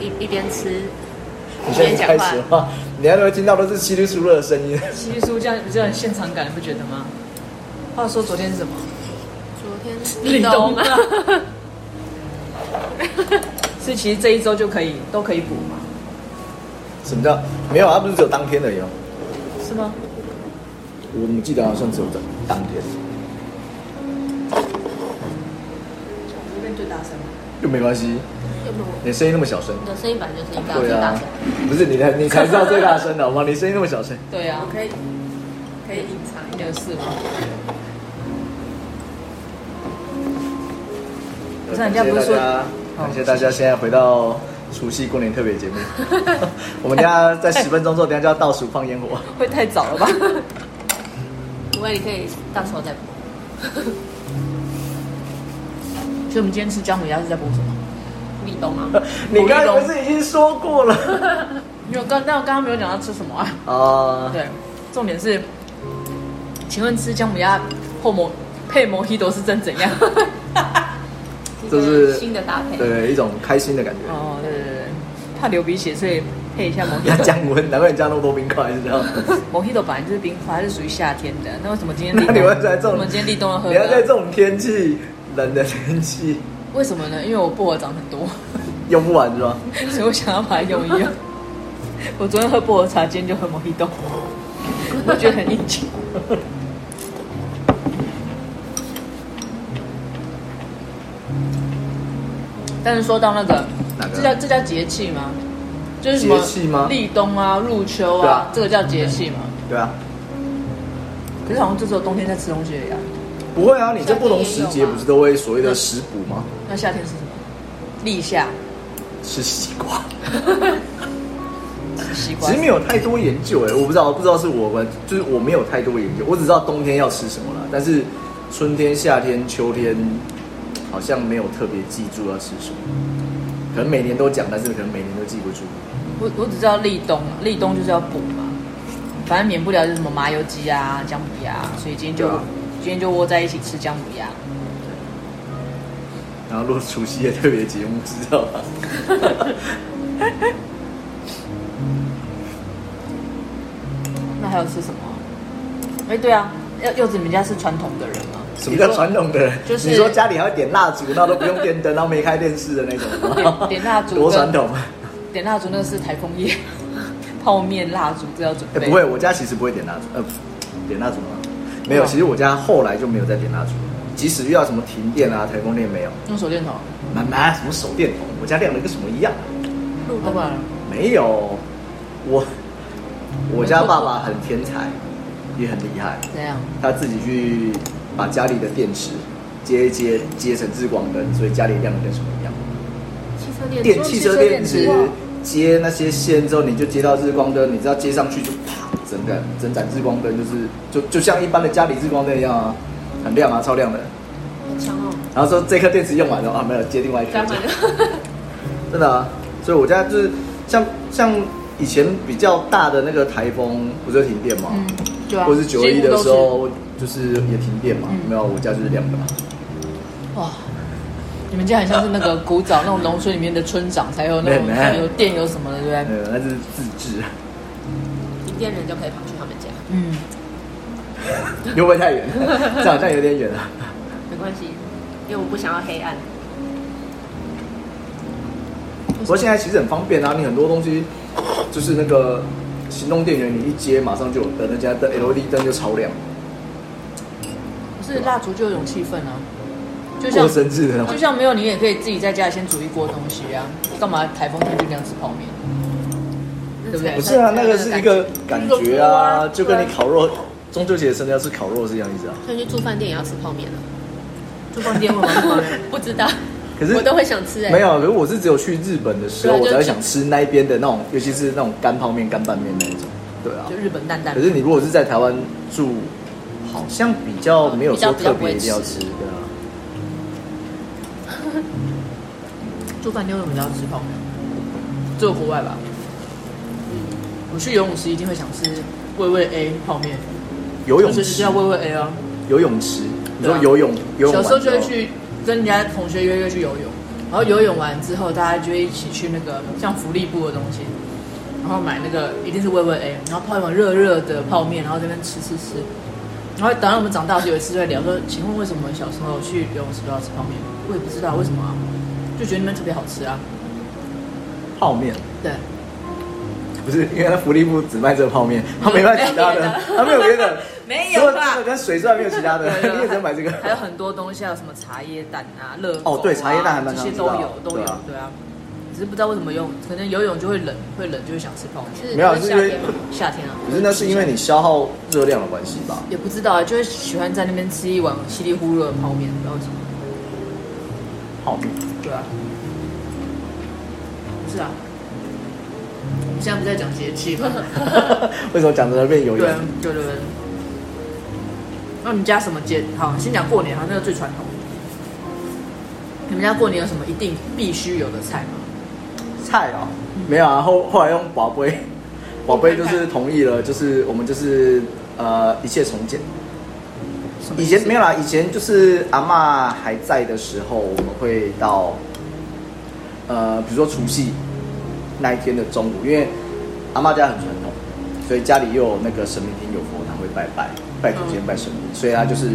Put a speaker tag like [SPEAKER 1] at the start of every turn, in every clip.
[SPEAKER 1] 一一边吃
[SPEAKER 2] 你
[SPEAKER 1] 一
[SPEAKER 2] 现
[SPEAKER 1] 边
[SPEAKER 2] 在
[SPEAKER 1] 讲
[SPEAKER 2] 开
[SPEAKER 1] 话
[SPEAKER 2] 始。话，你还会听到都是稀里疏落的声音。
[SPEAKER 3] 稀里疏这样这样现场感，你不觉得吗？话说昨天是什么？
[SPEAKER 1] 昨天
[SPEAKER 3] 立
[SPEAKER 1] 立
[SPEAKER 3] 冬
[SPEAKER 1] 冬
[SPEAKER 3] 啊
[SPEAKER 1] 吗？
[SPEAKER 3] 是其实这一周就可以都可以补吗？
[SPEAKER 2] 什么叫没有啊？它不是只有当天而已哦。
[SPEAKER 3] 是吗？
[SPEAKER 2] 我怎么记得好像只有当当天，
[SPEAKER 3] 这边最大声吗？
[SPEAKER 2] 又没关系。
[SPEAKER 1] 要不
[SPEAKER 2] 你声音那么小声。
[SPEAKER 1] 我的声音本来就是应该要
[SPEAKER 2] 对
[SPEAKER 1] 最大
[SPEAKER 2] 啊
[SPEAKER 1] 声。，
[SPEAKER 2] 不是你的，你才知道最大声的好吗？你声音那么小声，
[SPEAKER 3] 对啊，
[SPEAKER 1] 可以可以隐藏
[SPEAKER 3] 一点事吗？不是人
[SPEAKER 2] 感
[SPEAKER 3] 家
[SPEAKER 2] 谢
[SPEAKER 3] 不
[SPEAKER 2] 大
[SPEAKER 3] 是说
[SPEAKER 2] 家，感谢大家，现在回到除夕过年特别 节目，我们等一下在十分钟之后，等一下就要倒数放烟火。
[SPEAKER 3] 会太早了吧？
[SPEAKER 1] 不过你可以到时候再补。
[SPEAKER 3] 所以我们今天吃姜母鸭是在补什么？
[SPEAKER 1] 立冬吗？
[SPEAKER 2] 你刚才不是已经说过了？
[SPEAKER 3] 没有刚，但我刚刚没有讲到吃什么啊。
[SPEAKER 2] 啊，
[SPEAKER 3] 对，重点是，请问吃姜母鸭后抹配摩希多是真怎样？
[SPEAKER 2] 这是
[SPEAKER 1] 新的搭配。
[SPEAKER 2] 对，一种开心的感觉。
[SPEAKER 3] 哦，对对对对，怕流鼻血，所以配一下摩 希
[SPEAKER 2] 要
[SPEAKER 3] 多。
[SPEAKER 2] 降温，难怪你加那么多冰块是这样。
[SPEAKER 3] 摩希多本来就是冰块，它是属于夏天的。那为什么今天立
[SPEAKER 2] 那你
[SPEAKER 3] 冬？
[SPEAKER 2] 会在这种
[SPEAKER 3] 我们今天立冬要喝
[SPEAKER 2] 你要在这
[SPEAKER 3] 的？
[SPEAKER 2] 种天气，冷的天气
[SPEAKER 3] 为什么呢？因为我薄荷长很多，
[SPEAKER 2] 用不完是吧？
[SPEAKER 3] 所以我想要把它用一用。 我昨天喝薄荷茶，今天就喝摩希多，我觉得很应景。 但是说到那个
[SPEAKER 2] 哪，个
[SPEAKER 3] 这叫这叫节气吗？就是什么
[SPEAKER 2] 节气吗
[SPEAKER 3] 立冬啊，入秋
[SPEAKER 2] 对
[SPEAKER 3] 啊，
[SPEAKER 2] 啊
[SPEAKER 3] 这个叫节气嘛。
[SPEAKER 2] 对啊，
[SPEAKER 3] 可是好像就只有冬天在吃东西而已、啊。
[SPEAKER 2] 不会啊，你这不同时节不是都会所谓的食补吗？
[SPEAKER 3] 那夏天是什么？立夏，
[SPEAKER 2] 吃西瓜，
[SPEAKER 3] 吃西瓜
[SPEAKER 2] 其实。没有太多研究哎、我不知道，不知道是我们就是我没有太多研究，我只知道冬天要吃什么啦，但是春天、夏天、秋天好像没有特别记住要吃什么，可能每年都讲，但是可能每年都记不住。
[SPEAKER 3] 我我只知道立冬，立冬就是要补嘛，反正免不了就是什么麻油鸡啊、姜母鸭，所以今天就、
[SPEAKER 2] 对啊
[SPEAKER 3] 今天就窝在一起吃姜啊母鸭。
[SPEAKER 2] 然后录除夕夜特别节目，知道吧？
[SPEAKER 3] 那还有吃什么？哎、对啊，柚柚子你们家是传统的人吗？
[SPEAKER 2] 什么叫传统的人？
[SPEAKER 3] 就是
[SPEAKER 2] 你说家里还要点蜡烛，那都不用电灯，然后没开电视的那种吗，
[SPEAKER 3] 点点蜡烛
[SPEAKER 2] 多
[SPEAKER 3] 跟
[SPEAKER 2] 传统。
[SPEAKER 3] 点蜡烛那个是台风夜， 泡面蜡烛这要准
[SPEAKER 2] 哎、
[SPEAKER 3] 备。
[SPEAKER 2] 不会，，我家其实不会点蜡烛，呃，点蜡烛吗？没有，
[SPEAKER 3] 哦
[SPEAKER 2] 其实我家后来就没有再点蜡烛了，即使遇到什么停电啊、台风天没有。
[SPEAKER 3] 用手电筒。
[SPEAKER 2] 妈妈，什么手电筒？我家亮的跟什么一样？
[SPEAKER 1] 路
[SPEAKER 3] 老
[SPEAKER 1] 灯
[SPEAKER 3] 板，
[SPEAKER 2] 没有，我我家爸爸很天才，也很厉害，
[SPEAKER 3] 怎样？
[SPEAKER 2] 他自己去把家里的电池接一接，接成日光灯，所以家里亮的跟什么一样？
[SPEAKER 1] 汽车电
[SPEAKER 2] 电
[SPEAKER 1] 池
[SPEAKER 2] 汽车电
[SPEAKER 3] 汽
[SPEAKER 2] 池
[SPEAKER 3] 车电
[SPEAKER 2] 接那些线之后，你就接到日光灯，你知道接上去就啪，整个整盏日光灯就是就就像一般的家里日光灯一样啊，很亮啊，超亮的。
[SPEAKER 1] 好强哦，
[SPEAKER 2] 然后说这颗电池用完了啊，没有接另外一颗
[SPEAKER 1] 干，嘛的？
[SPEAKER 2] 真的啊。所以我家就是像像以前比较大的那个台风不是停电吗？
[SPEAKER 3] 嗯，对啊。
[SPEAKER 2] 或者是九二一的时
[SPEAKER 3] 几乎
[SPEAKER 2] 候，就是也停电嘛，
[SPEAKER 3] 嗯
[SPEAKER 2] 没有，我家就是亮的嘛。
[SPEAKER 3] 都是，哇，你们家很像是那个古早那种农村里面的村长才有那种
[SPEAKER 2] 没有没有
[SPEAKER 3] 有电有什么的，对不对？
[SPEAKER 2] 呃，那是自制，
[SPEAKER 1] 停电人就可以跑去他们家，
[SPEAKER 3] 嗯，
[SPEAKER 2] 会不会太远？ 这好像有点远啊了。
[SPEAKER 1] 没关系，因为我不想要黑暗。
[SPEAKER 2] 不过现在其实很方便啊，你很多东西就是那个行动电源，你一接马上就有灯，人家
[SPEAKER 1] 嗯
[SPEAKER 2] 灯 LED E 灯就超亮，
[SPEAKER 3] 可是蜡烛就有一种气氛啊，就像
[SPEAKER 2] 过生日的那种
[SPEAKER 3] 就。像没有你也可以自己在家里先煮一锅东西啊，干嘛台风天就这样吃泡面？对不对
[SPEAKER 2] 不是啊，那个是一个感
[SPEAKER 1] 那个
[SPEAKER 2] 觉啊，
[SPEAKER 1] 锅啊
[SPEAKER 2] 就跟你烤肉，中秋节生日要吃烤肉是一样意思啊。
[SPEAKER 1] 像去住饭店也要吃泡面了，啊
[SPEAKER 3] 就放电会吗 泡面？
[SPEAKER 1] 不知道，
[SPEAKER 2] 可是
[SPEAKER 1] 我都会想吃哎、
[SPEAKER 2] 没有，可是我是只有去日本的时候，
[SPEAKER 1] 对啊
[SPEAKER 2] 我
[SPEAKER 1] 就
[SPEAKER 2] 才会想吃那边的那种，尤其是那种干泡面、干拌面那一种。对啊
[SPEAKER 3] 就，日本蛋蛋
[SPEAKER 2] 可。是你如果是在台湾住，好像比较没有说
[SPEAKER 1] 比较
[SPEAKER 2] 特
[SPEAKER 1] 比较不会
[SPEAKER 2] 别一定要
[SPEAKER 1] 吃
[SPEAKER 2] 吃的啊。
[SPEAKER 3] 住饭店为什么要吃泡面？只有国外吧。
[SPEAKER 2] 嗯
[SPEAKER 3] 我去游泳池一定会想吃味味 A 泡面，
[SPEAKER 2] 游泳
[SPEAKER 3] 就
[SPEAKER 2] 池
[SPEAKER 3] 是叫，味味 A 啊。
[SPEAKER 2] 游泳池，你说
[SPEAKER 3] 对啊
[SPEAKER 2] 游泳，游泳
[SPEAKER 3] 小
[SPEAKER 2] 完
[SPEAKER 3] 时候就会
[SPEAKER 2] 之后
[SPEAKER 3] 去跟人家同学约约去游泳，然后游泳完之后，大家就会一起去那个像福利部的东西，然后买那个一定是味味 A，然后泡一碗热热的泡面，然后这边吃吃吃。然后等到我们长大的时候，有一次在聊说，哎请问为什么小时候去游泳池都要吃泡面？我也不知道为什么啊，就觉得那边特别好吃啊。
[SPEAKER 2] 泡面
[SPEAKER 3] 对，
[SPEAKER 2] 不是，因为他福利部只卖这个泡面，他没卖其他
[SPEAKER 1] 没有别
[SPEAKER 2] 的
[SPEAKER 1] 的，
[SPEAKER 2] 他没有别的，
[SPEAKER 3] 没
[SPEAKER 2] 除了这个跟水之外没有其 他的，
[SPEAKER 3] 啊
[SPEAKER 2] 你也只能买这个。
[SPEAKER 3] 还有很多东西，还有什么茶叶蛋啊、热狗啊
[SPEAKER 2] 哦对茶叶蛋还蛮
[SPEAKER 3] 这
[SPEAKER 2] 常
[SPEAKER 3] 些
[SPEAKER 2] 吃
[SPEAKER 3] 都
[SPEAKER 2] 到
[SPEAKER 3] 有都有
[SPEAKER 2] 对啊，
[SPEAKER 3] 对啊。只是不知道为什么游泳，可能游泳就会冷，会冷就会想吃泡面。
[SPEAKER 1] 是
[SPEAKER 2] 没有是
[SPEAKER 1] 夏
[SPEAKER 2] 因为
[SPEAKER 1] 天嘛，
[SPEAKER 3] 夏天啊，
[SPEAKER 2] 可是那是因为你消耗热量的关系吧？
[SPEAKER 3] 也不知道啊，就会喜欢在那边吃一碗稀里呼噜的泡面，不知道为什么。
[SPEAKER 2] 泡面
[SPEAKER 3] 对啊，不是啊，我们现在不是在讲节气吗？
[SPEAKER 2] 为什么讲着变油
[SPEAKER 3] 对啊
[SPEAKER 2] 盐？
[SPEAKER 3] 对对对。那你们家什么节？好，先讲过年，好，那个最传统。你们家过年有什么一定必须有的菜吗？
[SPEAKER 2] 菜哦，没有啊，后后来用宝贝，宝贝就是同意了，就是我们就是呃一切从简。
[SPEAKER 3] 什么
[SPEAKER 2] 以
[SPEAKER 3] 意思
[SPEAKER 2] 前没有啦，以前就是呃阿嬷还在的时候，我们会到呃，比如说除夕那一天的中午，因为阿嬷家很传统，所以家里又有那个神明厅有佛堂会拜拜，拜祖先拜神明，所以他就是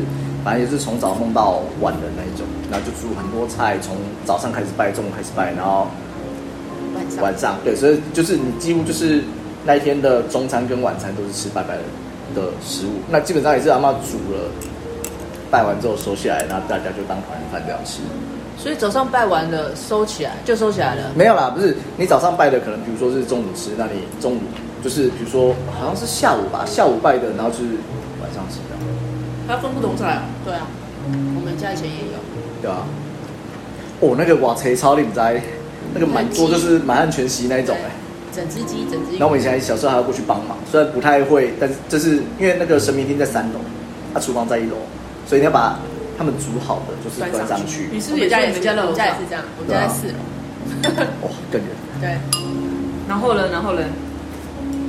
[SPEAKER 2] 反正也是从早弄到晚的那一种，然后就煮很多菜，从早上开始拜，中午开始拜，然后
[SPEAKER 1] 晚上
[SPEAKER 2] 晚上对，所以就是你几乎就是那一天的中餐跟晚餐都是吃拜拜的的食物，那基本上也是阿嬷煮了，拜完之后收下来，然后大家就当团圆饭这样吃。
[SPEAKER 3] 所以早上拜完了，收起来就收起来了。
[SPEAKER 2] 没有啦，不是你早上拜的，可能比如说是中午吃，那你中午就是比如说好像是下午吧，下午拜的，然后就是晚上吃的，
[SPEAKER 3] 它分不同菜啊。
[SPEAKER 1] 对啊，我们家以前也有，
[SPEAKER 2] 对吧、哦，那个瓦切超令在，那个满桌就是满汉全席那一种哎、
[SPEAKER 1] 整只鸡，整只鱼
[SPEAKER 2] 然后我们以前小时候还要过去帮忙，虽然不太会，但是就是因为那个神明厅在三楼，他、厨房在一楼，所以你要把他们煮好的就是端上去，嗯
[SPEAKER 3] 你是
[SPEAKER 1] 我
[SPEAKER 3] 不
[SPEAKER 1] 们
[SPEAKER 3] 是也家
[SPEAKER 1] 家
[SPEAKER 3] 里
[SPEAKER 1] 也
[SPEAKER 3] 们
[SPEAKER 1] 是，
[SPEAKER 3] 家
[SPEAKER 1] 我
[SPEAKER 3] 的
[SPEAKER 1] 们
[SPEAKER 3] 楼
[SPEAKER 1] 家也
[SPEAKER 3] 上
[SPEAKER 1] 是？这样，
[SPEAKER 2] 啊
[SPEAKER 1] 我们家在四楼。
[SPEAKER 2] 哇，更远。
[SPEAKER 1] 对，
[SPEAKER 3] 然后呢，然后呢，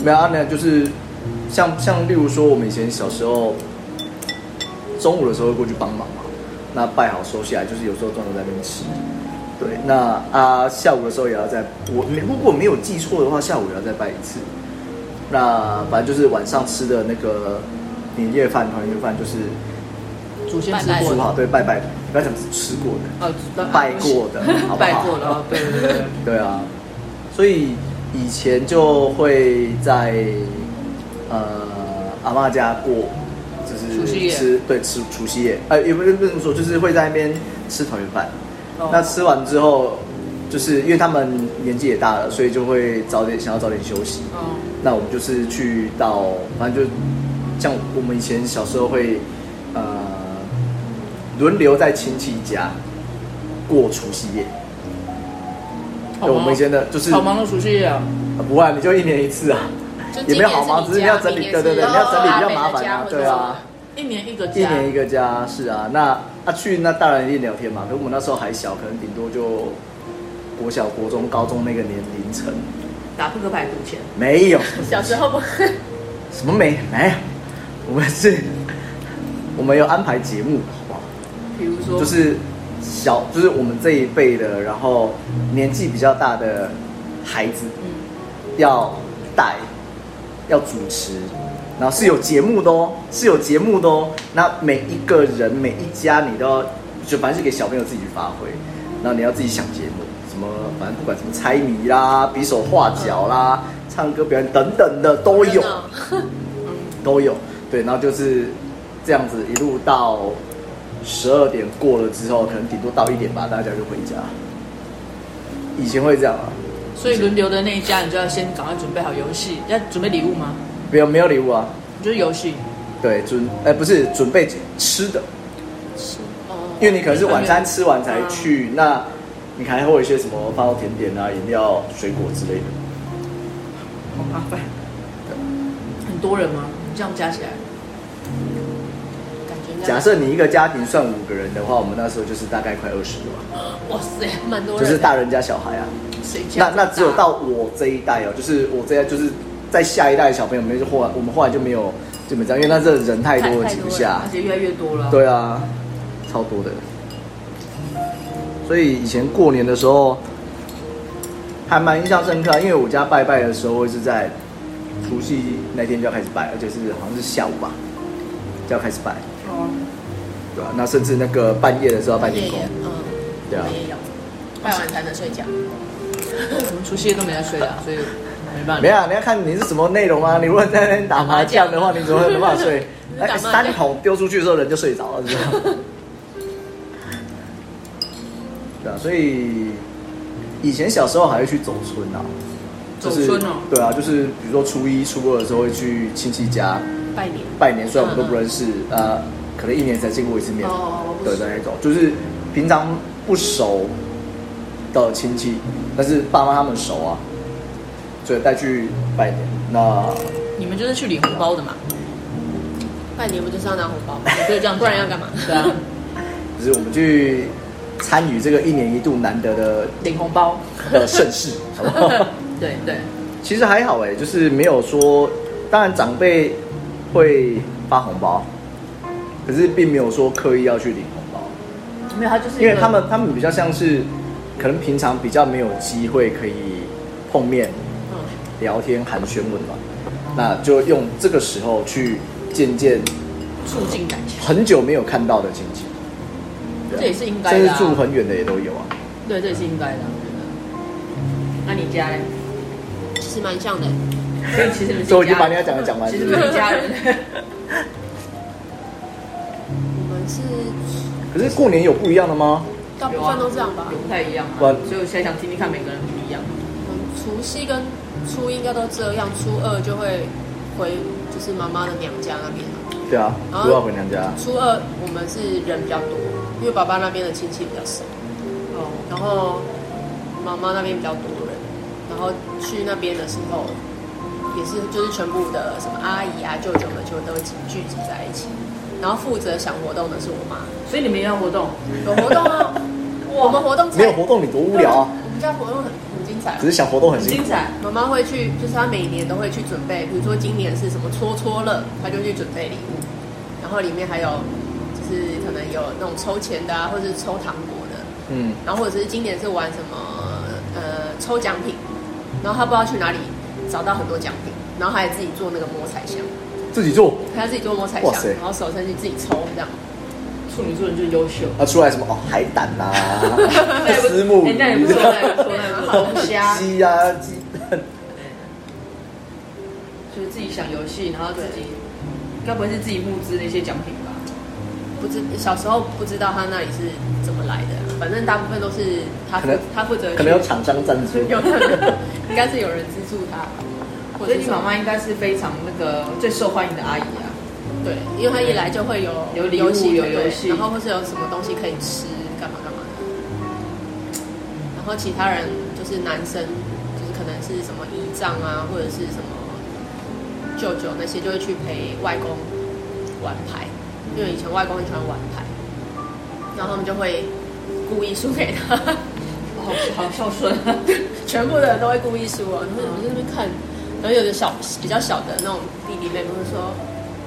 [SPEAKER 2] 没有啊，那就是像像例如说，我们以前小时候中午的时候会过去帮忙嘛，那拜好收下来，就是有时候中午在那边吃。对，那啊下午的时候也要再，我如果没有记错的话，下午也要再拜一次。那反正就是晚上吃的那个年夜饭、团圆饭，就是
[SPEAKER 3] 祖先吃
[SPEAKER 1] 拜拜
[SPEAKER 3] 过
[SPEAKER 2] 煮
[SPEAKER 3] 的
[SPEAKER 2] 好哦对拜拜的，不要讲是吃过的，
[SPEAKER 3] 哦，
[SPEAKER 2] 拜过的 好不好
[SPEAKER 3] 拜过 的哦，对对对对。
[SPEAKER 2] 对啊，所以以前就会在呃阿嬷家过，就是
[SPEAKER 3] 除夕夜
[SPEAKER 2] 吃对吃除夕夜，呃也不是不能说，就是会在那边吃团圆饭。
[SPEAKER 3] 哦
[SPEAKER 2] 那吃完之后，就是因为他们年纪也大了，所以就会早点想要早点休息。
[SPEAKER 3] 哦，
[SPEAKER 2] 那我们就是去到，反正就像我们以前小时候会，呃，轮流在亲戚家过除夕夜。
[SPEAKER 3] 好
[SPEAKER 2] 对
[SPEAKER 3] 忙
[SPEAKER 2] 我
[SPEAKER 3] 哦
[SPEAKER 2] 们以前的就是
[SPEAKER 3] 好忙的除夕夜啊，
[SPEAKER 2] 啊不会啊，你就一年一次啊，
[SPEAKER 1] 就
[SPEAKER 2] 也
[SPEAKER 1] 今
[SPEAKER 2] 没有好
[SPEAKER 1] 年
[SPEAKER 2] 吗？
[SPEAKER 1] 是
[SPEAKER 2] 只是你
[SPEAKER 1] 你
[SPEAKER 2] 要
[SPEAKER 1] 家，
[SPEAKER 2] 整
[SPEAKER 1] 明
[SPEAKER 2] 理，
[SPEAKER 1] 年
[SPEAKER 2] 对
[SPEAKER 1] 是
[SPEAKER 2] 对对，
[SPEAKER 1] 哦
[SPEAKER 2] 你要整理比
[SPEAKER 1] 阿
[SPEAKER 2] 较
[SPEAKER 1] 北
[SPEAKER 2] 麻
[SPEAKER 1] 的
[SPEAKER 2] 烦
[SPEAKER 1] 家
[SPEAKER 2] 啊
[SPEAKER 1] 或，者
[SPEAKER 2] 对
[SPEAKER 1] 什
[SPEAKER 2] 啊
[SPEAKER 1] 么，
[SPEAKER 3] 一年一个家，
[SPEAKER 2] 一年一个家是啊，那啊去那大人一定聊天嘛，可是我们那时候还小，可能顶多就国小、国中、高中那个年龄层，
[SPEAKER 3] 打扑克牌赌钱，
[SPEAKER 2] 没有
[SPEAKER 1] 的小时候不，
[SPEAKER 2] 什么没没有，我们是， 我们有安排节目，好不好？
[SPEAKER 3] 比如说
[SPEAKER 2] 就是小，就是我们这一辈的，然后年纪比较大的孩子，要带，要主持，然后是有节目的哦，是有节目的哦。那每一个人每一家你都要，就反正是给小朋友自己去发挥，然后你要自己想节目，什么反正不管什么猜谜啦、比手画脚啦、唱歌表演等等的都 有。都有，对，然后就是这样子一路到十二点过了之后，可能顶多到一点吧，大家就回家。以前会这样啊，
[SPEAKER 3] 所以轮流的那一家，你就要先赶快准备好游戏，要准备礼物吗？
[SPEAKER 2] 没有没有礼物啊，
[SPEAKER 3] 就是游戏，
[SPEAKER 2] 对，准哎、不是准备吃的，
[SPEAKER 1] 哦
[SPEAKER 2] 因为你可能是晚餐吃完才去，那你还会有一些什么饭后甜点啊、饮料、水果之类的，
[SPEAKER 3] 好麻烦。很多人吗？这样加起来，
[SPEAKER 1] 感觉应该
[SPEAKER 2] 假设你一个家庭算五个人的话，我们那时候就是大概快二十吧，
[SPEAKER 3] 哇塞，
[SPEAKER 1] 蛮多
[SPEAKER 2] 就
[SPEAKER 1] 人
[SPEAKER 2] 是
[SPEAKER 1] 的，
[SPEAKER 2] 大人加小孩啊。
[SPEAKER 3] 谁
[SPEAKER 2] 那
[SPEAKER 3] 家这么大？
[SPEAKER 2] 那只有到我这一代哦，就是我这一代就是在下一代的小朋友们就后来我们后来就没有就没这样，因为那这人太多了
[SPEAKER 1] 太
[SPEAKER 2] 挤不
[SPEAKER 1] 太多了
[SPEAKER 2] 下啊
[SPEAKER 3] 而。且越来越多了。
[SPEAKER 2] 对啊，超多的。所以以前过年的时候还蛮印象深刻，啊因为我家拜拜的时候会是在除夕那天就要开始拜，而且是好像是下午吧就要开始拜，
[SPEAKER 3] 哦，
[SPEAKER 2] 对吧、那甚至那个半夜的时候要拜天公，
[SPEAKER 1] 也嗯，
[SPEAKER 2] 对啊
[SPEAKER 1] 我，也有，拜完才能睡觉。？
[SPEAKER 3] 我们除夕夜都没在睡啊，所以没办法。
[SPEAKER 2] 没啊，你要看你是什么内容啊。你如果在那边打麻将的话，你怎么会没办法睡
[SPEAKER 1] 你打
[SPEAKER 2] 哎，
[SPEAKER 1] 麻将
[SPEAKER 2] 三桶丢出去的时候人就睡着了，是吧？对啊，所以以前小时候还会去走村啊，就是
[SPEAKER 3] 走村哦
[SPEAKER 2] 对啊，就是比如说初一、初二的时候会去亲戚家
[SPEAKER 1] 拜年，
[SPEAKER 2] 拜年，虽然我们都不认识，呃，可能一年才见过一次面，
[SPEAKER 1] 嗯哦不
[SPEAKER 2] 对
[SPEAKER 1] 熟
[SPEAKER 2] 的那种，就是平常不熟的亲戚，但是爸妈他们熟啊，所以带去拜年。那
[SPEAKER 3] 你们就是去领红包的嘛？
[SPEAKER 1] 拜年不就是要拿红 包吗？
[SPEAKER 3] 你就是这样讲，
[SPEAKER 1] 不然要干嘛
[SPEAKER 3] 对啊，
[SPEAKER 2] 就是我们去参与这个一年一度难得的
[SPEAKER 3] 领红包。
[SPEAKER 2] 的盛 事，好不
[SPEAKER 3] 哦
[SPEAKER 2] 好？
[SPEAKER 3] 对对，
[SPEAKER 2] 其实还好哎、就是没有说，当然长辈会发红包，可是并没有说刻意要去领红包。
[SPEAKER 3] 没有他就是一个
[SPEAKER 2] 因为他们他们比较像是，可能平常比较没有机会可以碰面
[SPEAKER 1] 嗯，
[SPEAKER 2] 聊天寒暄问暖，那就用这个时候去见见
[SPEAKER 3] 促进感情。
[SPEAKER 2] 很久没有看到的亲戚，对啊
[SPEAKER 3] 这也是应该的啊
[SPEAKER 2] 甚至住很远的也都有啊。
[SPEAKER 3] 对，这也是应该的，我觉得。那你 家嘞？
[SPEAKER 1] 其实蛮像的。
[SPEAKER 3] 所以其实你是
[SPEAKER 2] 所以我已经
[SPEAKER 3] 家
[SPEAKER 2] 把
[SPEAKER 3] 人
[SPEAKER 2] 你要讲的讲完
[SPEAKER 3] 其
[SPEAKER 2] 了，
[SPEAKER 3] 实
[SPEAKER 2] 是
[SPEAKER 3] 不
[SPEAKER 2] 不
[SPEAKER 3] 是
[SPEAKER 2] 是
[SPEAKER 3] 一 家人。
[SPEAKER 1] 我们是
[SPEAKER 2] 可是过年有不一样的吗？
[SPEAKER 1] 大部分都这样吧
[SPEAKER 3] 有。不太一样啊。
[SPEAKER 2] 我
[SPEAKER 3] 所以我现在想听听看每个人不一样。
[SPEAKER 1] 我们除夕跟初一应该都这样，初二就会回就是妈妈的娘家那边了
[SPEAKER 2] 对啊，
[SPEAKER 1] 啊
[SPEAKER 2] 不要回娘家。
[SPEAKER 1] 初二我们是人比较多，因为爸爸那边的亲戚比较少，
[SPEAKER 3] 哦，
[SPEAKER 1] 然后妈妈那边比较多人，然后去那边的时候也是就是全部的什么阿姨啊、舅舅们就都集聚集在一起，然后负责想活动的是我妈，
[SPEAKER 3] 所以你们也要活动？
[SPEAKER 1] 有活动啊，我们活动才
[SPEAKER 2] 没有活动你多无聊啊！
[SPEAKER 1] 我们家活动很很精彩啊
[SPEAKER 2] 只。是想活动很
[SPEAKER 3] 很
[SPEAKER 2] 辛
[SPEAKER 3] 精
[SPEAKER 2] 苦，
[SPEAKER 3] 彩。
[SPEAKER 1] 妈妈会去，就是她每年都会去准备，比如说今年是什么搓搓乐，她就去准备礼物，然后里面还有就是可能有那种抽钱的啊，或者是抽糖果的，
[SPEAKER 2] 嗯，
[SPEAKER 1] 然后或者是今年是玩什么呃抽奖品，然后她不知道去哪里找到很多奖品，然后她还自己做那个摸彩箱，
[SPEAKER 2] 自己做
[SPEAKER 1] 她自己做摸彩箱
[SPEAKER 2] 哇塞，
[SPEAKER 1] 然后手伸去自己抽这样，
[SPEAKER 3] 处女座人就是优秀。
[SPEAKER 2] 啊，出来什么哦，海胆 啊，
[SPEAKER 3] 哎
[SPEAKER 2] 石木
[SPEAKER 3] 人家也不
[SPEAKER 2] 鱼
[SPEAKER 3] 错，
[SPEAKER 2] 啊
[SPEAKER 3] 那也不错，那也不错。龙 虾，
[SPEAKER 2] 鸡啊，鸡 蛋，
[SPEAKER 3] 就是自己想游戏，然后自己，该不会是自己募资那些奖品吧？
[SPEAKER 1] 不知小时候不知道她那里是怎么来的啊、反正大部分都是她负
[SPEAKER 2] 可能
[SPEAKER 1] 她负责去，
[SPEAKER 2] 可能有厂商赞助。
[SPEAKER 1] 有可能 应该是有人资助她。或
[SPEAKER 3] 所
[SPEAKER 1] 者
[SPEAKER 3] 以
[SPEAKER 1] 是
[SPEAKER 3] 你
[SPEAKER 1] 什么
[SPEAKER 3] 妈妈应该是非常那个最受欢迎的阿姨啊。
[SPEAKER 1] 对，因为他一来就会有
[SPEAKER 3] 有礼物
[SPEAKER 1] 游戏
[SPEAKER 3] 有
[SPEAKER 1] 对不对
[SPEAKER 3] 游戏
[SPEAKER 1] 然后或是有什么东西可以吃，干嘛干嘛的。然后其他人就是男生，就是可能是什么姨丈啊，或者是什么舅舅那些，就会去陪外公玩牌，因为以前外公很喜欢玩牌，然后他们就会故意输给他，
[SPEAKER 3] 好好孝顺啊！
[SPEAKER 1] 全部的人都会故意输哦。你们你们在那边看，然后有的小比较小的那种弟弟妹妹会说。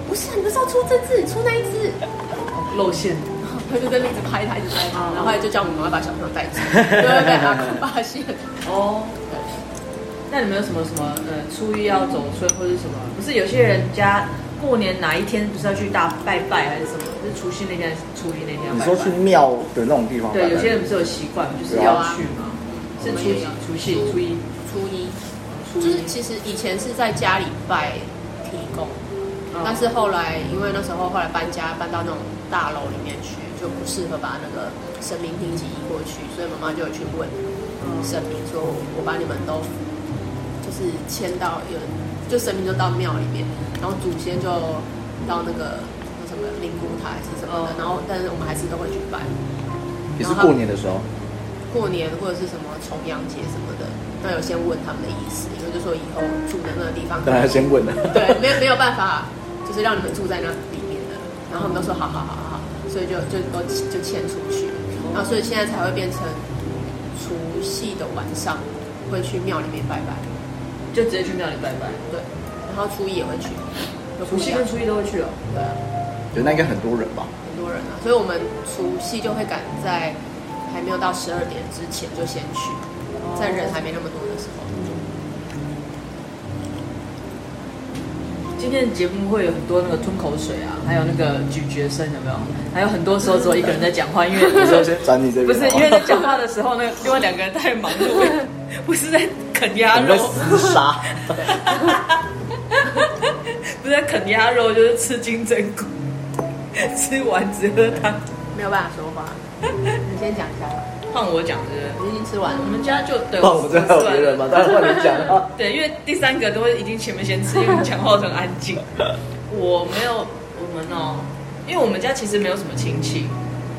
[SPEAKER 1] 不是，你不是要出这只，出那一只。
[SPEAKER 3] 露馅，
[SPEAKER 1] 他就在那边一直拍他，一直拍他
[SPEAKER 3] 哦，
[SPEAKER 1] 然后后来就叫我们妈把小朋友带走， 就会被阿公发现。
[SPEAKER 3] 哦。那你们有什么什么呃，初一要走村或者什么？不是有些人家过年哪一天不是要去大拜拜还是什么？就是除夕那天还是初一那天要
[SPEAKER 2] 你
[SPEAKER 3] 拜
[SPEAKER 2] 说去
[SPEAKER 3] 拜？
[SPEAKER 2] 庙的那种地方拜拜，
[SPEAKER 3] 对，有些人不是有习惯，就是
[SPEAKER 2] 有
[SPEAKER 3] 要
[SPEAKER 1] 啊
[SPEAKER 3] 去嘛。是
[SPEAKER 1] 我们
[SPEAKER 3] 初
[SPEAKER 1] 也
[SPEAKER 3] 几
[SPEAKER 1] 有？
[SPEAKER 3] 除夕、初一、
[SPEAKER 1] 初一
[SPEAKER 3] 初
[SPEAKER 1] 就
[SPEAKER 3] 一
[SPEAKER 1] 是。其实以前是在家里拜提供，
[SPEAKER 3] 嗯
[SPEAKER 1] 但是后来因为那时候后来搬家搬到那种大楼里面去，就不适合把那个神明厅级移过去，所以妈妈就有去问
[SPEAKER 3] 嗯
[SPEAKER 1] 神明说，我把你们都就是迁到有，就神明就到庙里面，然后祖先就到那个那什么灵骨塔还是什么的
[SPEAKER 3] 哦，
[SPEAKER 1] 然后但是我们还是都会去拜。
[SPEAKER 2] 也是过年的时候，
[SPEAKER 1] 过年或者是什么重阳节什么的，那有先问他们的意思，因为就说以后住的那个地方，
[SPEAKER 2] 当然要先问了。
[SPEAKER 1] 对，没有没有办法，就是让你们住在那里面的。然后他们都说好好好好好，所以就就都就迁出去，然后所以现在才会变成除夕的晚上会去庙里面拜拜，
[SPEAKER 3] 就直接去庙里拜拜。
[SPEAKER 1] 对，然后初一也会去，有不
[SPEAKER 3] 除
[SPEAKER 1] 一啊
[SPEAKER 3] 夕
[SPEAKER 1] 样
[SPEAKER 3] 跟初一都会去哦。
[SPEAKER 1] 对啊。
[SPEAKER 2] 对，那应该很多人吧？
[SPEAKER 1] 很多人啊，所以我们除夕就会赶在还没有到十二点之前就先去，在人还没那么多的时候。
[SPEAKER 3] 今天的节目会有很多那个吞口水啊，还有那个咀嚼声，有没有？还有很多时候只有一个人在讲话，因为
[SPEAKER 2] 你 说先转你这边，
[SPEAKER 3] 不是因为在讲话的时候，那个另外两个人太忙碌，不是在啃 鸭
[SPEAKER 2] 你在
[SPEAKER 3] 肉，
[SPEAKER 2] 厮杀，
[SPEAKER 3] 不是在啃鸭肉，就是吃金针菇，吃完只喝汤。
[SPEAKER 1] 没有办法说话， 你先讲一下吧。
[SPEAKER 3] 换我讲对不
[SPEAKER 1] 你已经吃完了
[SPEAKER 3] 对？我，们家就对，
[SPEAKER 2] 不然哦我们这还有别人吗？当然换你讲啊。
[SPEAKER 3] 对，因为第三个都会已经前面先吃，因为你讲话都很安 静。我没有，我们哦，因为我们家其实没有什么亲戚，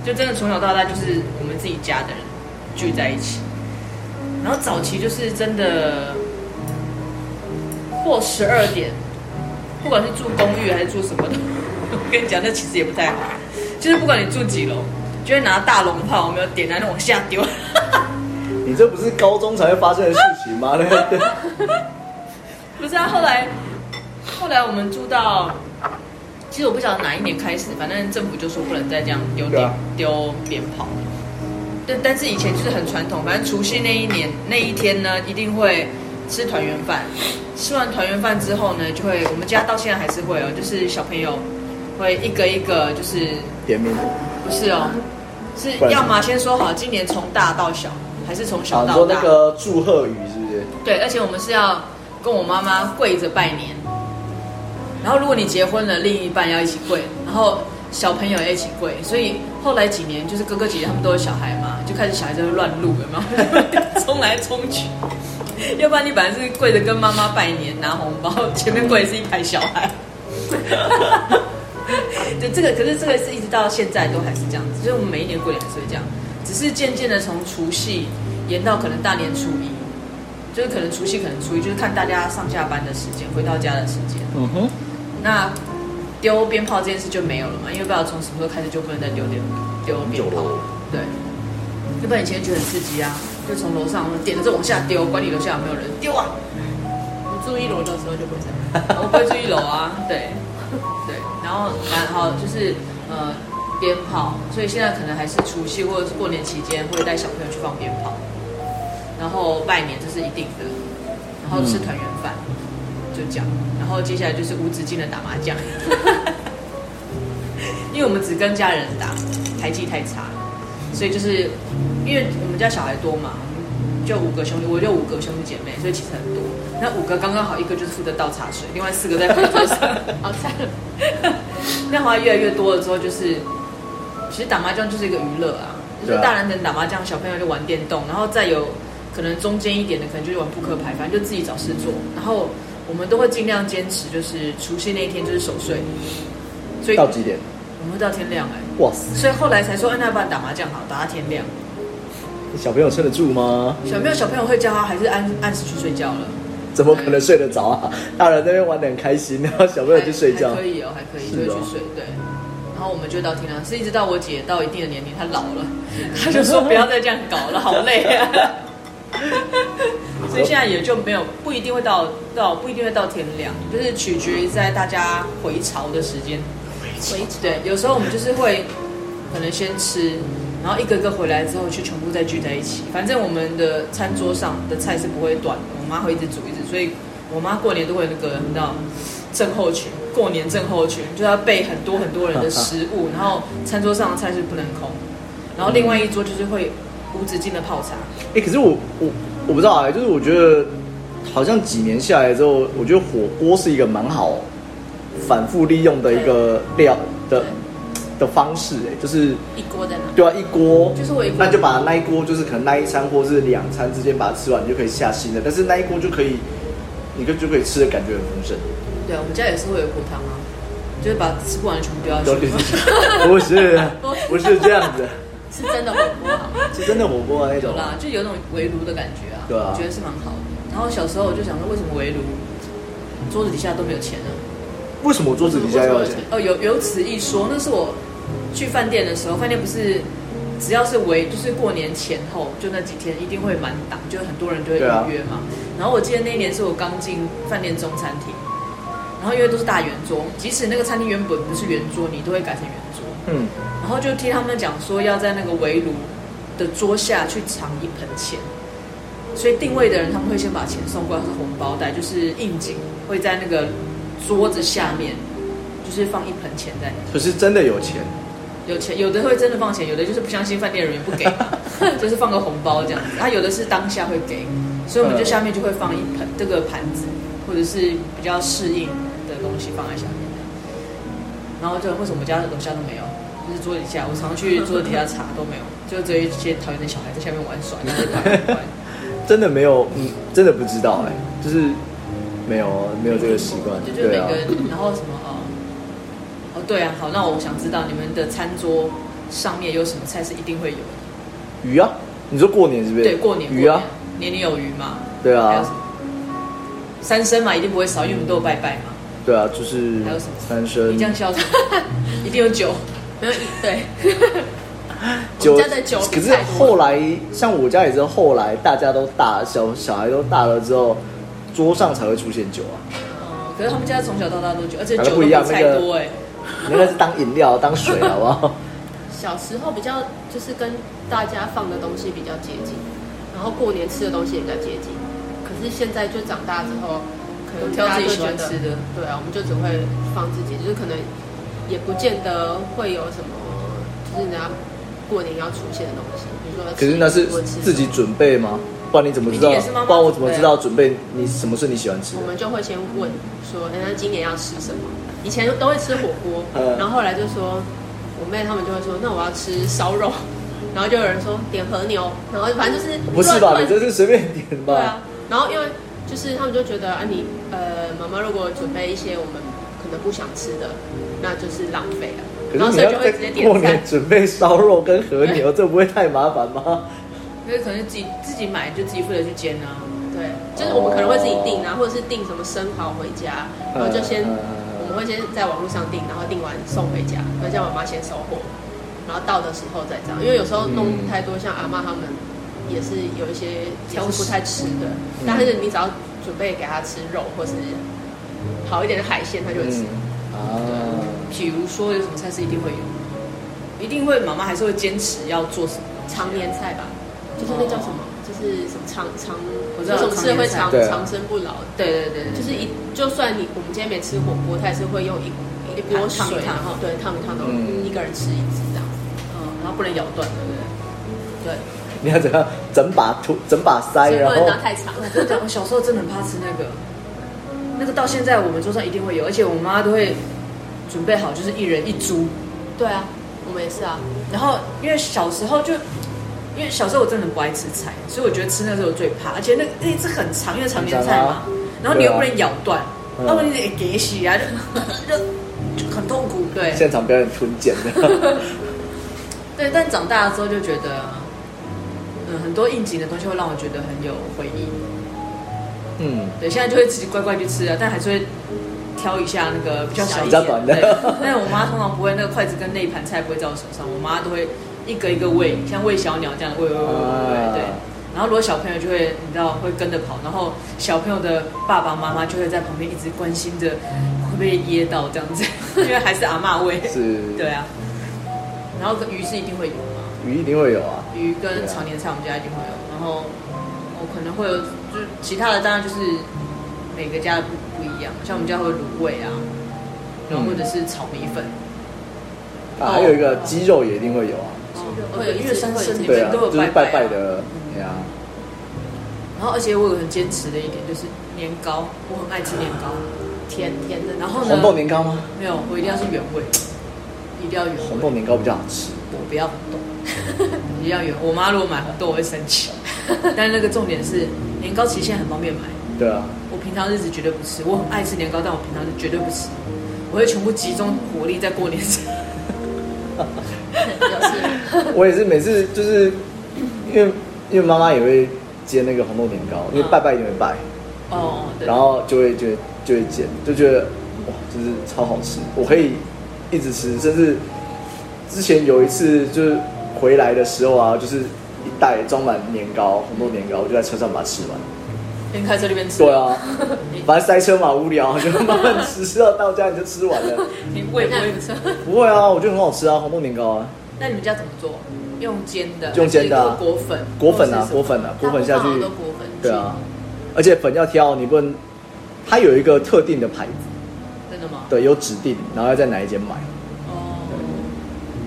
[SPEAKER 3] 就真的从小到大就是我们自己家的人聚在一起。然后早期就是真的过十二点，不管是住公寓还是住什么的， 我跟你讲，那其实也不太好。就是不管你住几楼，就会拿大龙炮，我们有点燃往下丢。
[SPEAKER 2] 你这不是高中才会发生的事情吗？ 那个
[SPEAKER 3] 不是啊，后来后来我们住到，其实我不晓得哪一年开始，反正政府就说不能再这样丢
[SPEAKER 2] 对
[SPEAKER 3] 鞭、
[SPEAKER 2] 啊
[SPEAKER 3] 丢鞭炮了。对，但是以前就是很传统，反正除夕那一年那一天呢，一定会吃团圆饭。吃完团圆饭之后呢，就会我们家到现在还是会哦，就是小朋友会一个一个就是
[SPEAKER 2] 甜面，
[SPEAKER 3] 不是哦，是
[SPEAKER 2] 不然是
[SPEAKER 3] 要么先说好今年从大到小，还是从
[SPEAKER 2] 啊，
[SPEAKER 3] 小
[SPEAKER 2] 你
[SPEAKER 3] 到
[SPEAKER 2] 说
[SPEAKER 3] 大？
[SPEAKER 2] 那个祝贺语是不是？
[SPEAKER 3] 对，而且我们是要跟我妈妈跪着拜年。然后如果你结婚了，另一半要一起跪，然后小朋友也一起跪。所以后来几年，就是哥哥姐姐他们都有小孩嘛，就开始小孩就会乱入，有没有？ 冲来冲去。要不然你本来是跪着跟妈妈拜年拿红包，前面跪的是一排小孩。 对，这个可是这个是一直到现在都还是这样子，所以我们每一年过年还是会这样，只是渐渐的从除夕延到可能大年初一，就是可能除夕可能初一，就是看大家上下班的时间，回到家的时间。
[SPEAKER 2] 嗯哼，
[SPEAKER 3] 那丢鞭炮这件事就没有了嘛，因为不知道从什么时候开始就不能再丢丢丢鞭炮了。对，要不然以前觉得很刺激啊，就从楼上点了就往下丢，管你楼下有没有人，丢啊！
[SPEAKER 1] 你住一楼的时候就不会这样。
[SPEAKER 3] 我不会住一楼啊，对对，然后然后就是呃鞭炮，所以现在可能还是除夕或者是过年期间会带小朋友去放鞭炮，然后拜年这是一定的，然后吃团圆饭，就这样，然后接下来就是无止境的打麻将， 因为我们只跟家人打，台技太差了，所以就是因为我们家小孩多嘛，就五个兄弟，我就五个兄弟姐妹，所以其实很多。那五个刚刚好，一个就是负责倒茶水，另外四个在负责桌上。
[SPEAKER 1] 好惨，
[SPEAKER 3] 那后来越来越多了之后，就是其实打麻将就是一个娱乐啊，就
[SPEAKER 2] 对
[SPEAKER 3] 是
[SPEAKER 2] 啊
[SPEAKER 3] 大人能打麻将，小朋友就玩电动，然后再有可能中间一点的，可能就是玩扑克牌，反正就自己找事做。然后我们都会尽量坚持，就是除夕那一天就是守岁，所以
[SPEAKER 2] 到几点？
[SPEAKER 3] 我们会到天亮哎、
[SPEAKER 2] 哇塞，
[SPEAKER 3] 所以后来才说，哎，那不然打麻将好，打到天亮。
[SPEAKER 2] 小朋友撑得住吗？
[SPEAKER 3] 小朋友小朋友会叫他还是按按时去睡觉了，
[SPEAKER 2] 怎么可能睡得着啊？大人在那边玩得很开心，然后小朋友去睡觉
[SPEAKER 3] 还还。可以哦哦，还可以，
[SPEAKER 2] 是
[SPEAKER 3] 就会
[SPEAKER 2] 哦
[SPEAKER 3] 去睡。对，然后我们就到天亮，是一直到我姐到一定的年龄，她老 了，她就说不要再这样搞了，好累 啊。所以现在也就没有不一定会到到不一定会到天亮，就是取决于在大家回潮的时间。
[SPEAKER 1] 回程
[SPEAKER 3] 对，有时候我们就是会可能先吃，然后一个个回来之后去全部再聚在一起。反正我们的餐桌上的菜是不会断的，我妈会一直煮一直，所以我妈过年都会有那个你知道症候群，过年症候群就是要备很多很多人的食物，然后餐桌上的菜是不能空，然后另外一桌就是会无止境的泡茶。
[SPEAKER 2] 哎、可是我我我不知道哎、就是我觉得好像几年下来之后，我觉得火锅是一个蛮好反复利用的一个料的的方式哎、就是
[SPEAKER 1] 一锅在哪？
[SPEAKER 2] 对啊，一锅
[SPEAKER 1] 就是我一锅
[SPEAKER 2] 那就把那一锅就是可能那一餐或是两餐之间把它吃完，你就可以下新的，但是那一锅就可以。你就就可以吃的感觉很丰盛，
[SPEAKER 3] 对啊，我们家也是会有骨汤啊，就是把吃不完的全部 丢下
[SPEAKER 2] 都是
[SPEAKER 3] 去。
[SPEAKER 2] 不是不是这样子，
[SPEAKER 1] 是真的火锅好吗？
[SPEAKER 2] 是真的火锅啊那
[SPEAKER 3] 有
[SPEAKER 2] 种。
[SPEAKER 3] 啦，就有那种围炉的感觉啊，
[SPEAKER 2] 对啊
[SPEAKER 3] 我觉得是蛮好的。然后小时候我就想说，为什么围炉桌子底下都没有钱呢？
[SPEAKER 2] 为什么桌子底下要有钱？
[SPEAKER 3] 哦，有有此一说，那是我去饭店的时候，饭店不是只要是围，就是过年前后就那几天一定会满档，就很多人就会预
[SPEAKER 2] 对啊
[SPEAKER 3] 约嘛。然后我记得那一年是我刚进饭店中餐厅，然后因为都是大圆桌，即使那个餐厅原本不是圆桌，你都会改成圆桌。
[SPEAKER 2] 嗯，
[SPEAKER 3] 然后就听他们讲说要在那个围炉的桌下去藏一盆钱，所以定位的人他们会先把钱送过来，是红包袋，就是应景，会在那个桌子下面，就是放一盆钱在。
[SPEAKER 2] 可是真的有钱，
[SPEAKER 3] 有钱，有的会真的放钱，有的就是不相信饭店人员不给， 就是放个红包这样子。啊他有的是当下会给，所以我们就
[SPEAKER 2] 嗯
[SPEAKER 3] 下面就会放一盆这个盘子，或者是比较适应的东西放在下面。然后就为什么我家楼下都没有，就是桌底下，我常去桌底下查都没有，就只有一些讨厌的小孩在下面玩耍，就是玩玩。
[SPEAKER 2] 真的没有，嗯，真的不知道哎、就是没有没有这个习惯，
[SPEAKER 3] 就就是
[SPEAKER 2] 对
[SPEAKER 3] 每
[SPEAKER 2] 啊
[SPEAKER 3] 个，，然后什么哦，哦对啊，好，那我想知道你们的餐桌上面有什么菜是一定会有的。
[SPEAKER 2] 鱼啊，你说过年是不是？
[SPEAKER 3] 对，过年
[SPEAKER 2] 鱼啊，，
[SPEAKER 3] 过年年年有余嘛，
[SPEAKER 2] 对
[SPEAKER 3] 还有什
[SPEAKER 2] 啊，
[SPEAKER 3] 么？三生嘛，一定不会少，因为我们都有拜拜嘛。
[SPEAKER 2] 对啊，就是
[SPEAKER 3] 还有什么
[SPEAKER 2] 三
[SPEAKER 3] 你
[SPEAKER 2] 生
[SPEAKER 3] 这样笑什 么，一定有酒。
[SPEAKER 1] 没有一对，
[SPEAKER 2] 酒，
[SPEAKER 1] 我们家的酒
[SPEAKER 2] 可
[SPEAKER 1] 比
[SPEAKER 2] 是
[SPEAKER 1] 菜多
[SPEAKER 2] 后来像我家也是后来大家都大小小孩都大了之后，桌上才会出现酒啊，
[SPEAKER 3] 哦，可是他们家从小到大都酒，而且
[SPEAKER 2] 啊
[SPEAKER 3] 酒都
[SPEAKER 2] 不一
[SPEAKER 3] 比
[SPEAKER 2] 样
[SPEAKER 3] 菜
[SPEAKER 2] 那个
[SPEAKER 3] 多哎、
[SPEAKER 2] 那个是当饮料当水好不 好？
[SPEAKER 1] 小时候比较就是跟大家放的东西比较接近，然后过年吃的东西也比较接近。可是现在就长大之后，可能
[SPEAKER 3] 都挑
[SPEAKER 1] 大家就
[SPEAKER 3] 自己喜
[SPEAKER 1] 觉
[SPEAKER 3] 欢
[SPEAKER 1] 得
[SPEAKER 3] 吃的
[SPEAKER 1] 对啊，我们就只会放自己，就是可能也不见得会有什么，就是人家过年要出现的东西，比如说
[SPEAKER 2] 可
[SPEAKER 1] 吃
[SPEAKER 2] 是那是
[SPEAKER 1] 或者吃
[SPEAKER 2] 自己准备吗？不然你怎么知道
[SPEAKER 3] 你也是妈？妈
[SPEAKER 2] 不然我怎么知道准备你什么是你喜欢吃
[SPEAKER 1] 我
[SPEAKER 2] 的？
[SPEAKER 1] 们就会先问说，哎，那今年要吃什么？以前都会吃火锅
[SPEAKER 2] 嗯，
[SPEAKER 1] 然后后来就说，我妹他们就会说，那我要吃烧肉， 然后就有人说点和牛，然后反正就是
[SPEAKER 2] 哦不是吧？
[SPEAKER 1] 乱
[SPEAKER 2] 你这是随便点
[SPEAKER 1] 对
[SPEAKER 2] 吧
[SPEAKER 1] 啊？，然后因为就是他们就觉得啊你，呃妈妈如果准备一些我们可能不想吃的，那就是浪费了，然
[SPEAKER 2] 可
[SPEAKER 1] 后
[SPEAKER 2] 是
[SPEAKER 1] 所以
[SPEAKER 2] 你
[SPEAKER 1] 就
[SPEAKER 2] 要
[SPEAKER 1] 会
[SPEAKER 2] 在
[SPEAKER 1] 直接
[SPEAKER 2] 过
[SPEAKER 1] 点
[SPEAKER 2] 年
[SPEAKER 1] 菜。
[SPEAKER 2] 准备烧肉跟和 牛，这不会太麻烦吗？
[SPEAKER 3] 因为可能自己自己买就自己负责去煎啊。
[SPEAKER 1] 对，就是我们可能会自己订啊，或者是订什么生蚝回家，然后就先
[SPEAKER 2] 哦嗯嗯嗯嗯
[SPEAKER 1] 我们会先在网络上订，然后订完送回家，然后叫妈妈先收货，然后到的时候再这样，因为有时候弄
[SPEAKER 2] 嗯
[SPEAKER 1] 太多，像阿妈他们也是有一些挑
[SPEAKER 3] 挑食
[SPEAKER 1] 不太吃的，
[SPEAKER 2] 嗯
[SPEAKER 1] 但是你只要准备给他吃肉或是好一点的海鲜，他就会吃
[SPEAKER 2] 嗯。啊，
[SPEAKER 3] 比如说有什么菜是一定会有，一定会妈妈还是会坚持要做什么东西
[SPEAKER 1] 常年菜吧，就是那叫什么，就是什么长长，
[SPEAKER 3] 我知道
[SPEAKER 1] 有什么事会长
[SPEAKER 3] 常
[SPEAKER 2] 年菜
[SPEAKER 1] 长生不老的。
[SPEAKER 3] 对对对对，
[SPEAKER 1] 就是一，就算你我们今天没吃火锅，他也是会用一一
[SPEAKER 3] 盘
[SPEAKER 1] 锅
[SPEAKER 3] 烫一
[SPEAKER 1] 水，
[SPEAKER 3] 烫
[SPEAKER 1] 然后对烫一烫，然后
[SPEAKER 2] 嗯
[SPEAKER 1] 一个人吃一只这样。
[SPEAKER 3] 嗯，然后不能咬断，对不对？
[SPEAKER 1] 对，
[SPEAKER 2] 你要怎样整把吐整把塞，
[SPEAKER 1] 所以
[SPEAKER 2] 哎然
[SPEAKER 1] 不能
[SPEAKER 2] 后
[SPEAKER 1] 拿太长。
[SPEAKER 3] 我跟你讲，我小时候真的很怕吃那个，那个到现在我们桌上一定会有，而且我妈都会准备好，就是一人一株。
[SPEAKER 1] 对啊，我们也是啊。
[SPEAKER 3] 然后因为小时候就，因为小时候我真的很不爱吃菜，所以我觉得吃那个时候最怕，而且那个那一只很长，因啊为常年菜嘛，然后你又不能咬断，
[SPEAKER 2] 嗯
[SPEAKER 3] 要不然你得给洗啊，就 就就很痛苦。对
[SPEAKER 2] 现场表演吞剑 的，
[SPEAKER 3] 对，但长大了之后就觉得，嗯，很多应景的东西会让我觉得很有回忆。
[SPEAKER 2] 嗯，
[SPEAKER 3] 对，现在就会自己乖乖去吃啊，但还是会挑一下那个比较小一
[SPEAKER 2] 比较
[SPEAKER 3] 点
[SPEAKER 2] 短的
[SPEAKER 3] 对，但是我妈通常不会，那个筷子跟那一盘菜不会在我手上，我妈都会一个一个喂，像喂小鸟这样喂喂喂喂喂
[SPEAKER 2] 啊
[SPEAKER 3] 喂，对。然后如果小朋友就会，你知道会跟着跑，然后小朋友的爸爸妈妈就会在旁边一直关心着会不会噎到这样子， 因为还是阿嬷喂。
[SPEAKER 2] 是
[SPEAKER 3] 对啊。然后鱼是一定会有嘛，
[SPEAKER 2] 鱼一定会有啊，
[SPEAKER 3] 鱼跟常年菜我们家一定会有，然后我可能会有，就是其他的当然就是每个家的不不一样，像我们家会有卤味啊，
[SPEAKER 2] 嗯
[SPEAKER 3] 然后或者是炒米粉，
[SPEAKER 2] 啊，还有一个鸡肉也一定会有啊，
[SPEAKER 1] 会有一次
[SPEAKER 3] 因为三
[SPEAKER 1] 会
[SPEAKER 3] 生
[SPEAKER 1] 有一次
[SPEAKER 3] 你
[SPEAKER 2] 对
[SPEAKER 3] 们
[SPEAKER 2] 啊，
[SPEAKER 3] 都有
[SPEAKER 2] 就是
[SPEAKER 3] 拜
[SPEAKER 2] 拜
[SPEAKER 3] 拜
[SPEAKER 2] 拜
[SPEAKER 3] 啊。
[SPEAKER 2] 的，
[SPEAKER 1] 嗯
[SPEAKER 2] 对啊，
[SPEAKER 3] 然后而且我有很坚持的一点就是年糕，我很爱吃年糕，
[SPEAKER 1] 甜甜的，
[SPEAKER 3] 然
[SPEAKER 1] 然
[SPEAKER 3] 后
[SPEAKER 1] 后
[SPEAKER 3] 呢
[SPEAKER 2] 红豆年糕吗？
[SPEAKER 3] 没有我一定要是原味，一定要原
[SPEAKER 2] 红
[SPEAKER 3] 味
[SPEAKER 2] 豆，年糕比较好吃，
[SPEAKER 3] 我不要红豆， 一定要原。我妈如果买红豆我会生气， 但是那个重点是年糕其实现在很方便买。
[SPEAKER 2] 对 啊，
[SPEAKER 3] 我平常日子绝对不吃，我很爱吃年糕，但我平常是绝对不吃，我会全部集中火力在过年吃。
[SPEAKER 1] 有是
[SPEAKER 2] 我也是每次就是因为因为妈妈也会煎那个红豆年糕，因为拜拜也会拜，
[SPEAKER 3] 哦，对
[SPEAKER 2] 然，后就会觉得就会煎，就觉得哇，就是超好吃，我可以一直吃，甚至之前有一次就是回来的时候啊，就是一袋装满年糕，红豆年糕，我就在车上把它吃完。
[SPEAKER 3] 边开车这边吃。
[SPEAKER 2] 对， 啊，反正塞车嘛，无聊就慢慢吃，吃到到家你就吃完了。
[SPEAKER 3] 你胃不
[SPEAKER 1] 那
[SPEAKER 3] 会
[SPEAKER 1] 不错。
[SPEAKER 2] 不会啊，我觉得很好吃啊，红豆年糕啊。
[SPEAKER 3] 那你们家怎么做？用煎的，
[SPEAKER 2] 用煎的啊
[SPEAKER 3] 还是果粉，哦
[SPEAKER 2] 果粉啊
[SPEAKER 3] 或是什
[SPEAKER 2] 果
[SPEAKER 3] 么
[SPEAKER 2] 粉啊果粉下
[SPEAKER 1] 大部分好像
[SPEAKER 2] 去
[SPEAKER 1] 都果粉
[SPEAKER 2] 对啊，而且粉要挑，你不能，它有一个特定的牌子，
[SPEAKER 3] 真的吗？
[SPEAKER 2] 对，有指定，然后要在哪一间买，
[SPEAKER 3] 哦，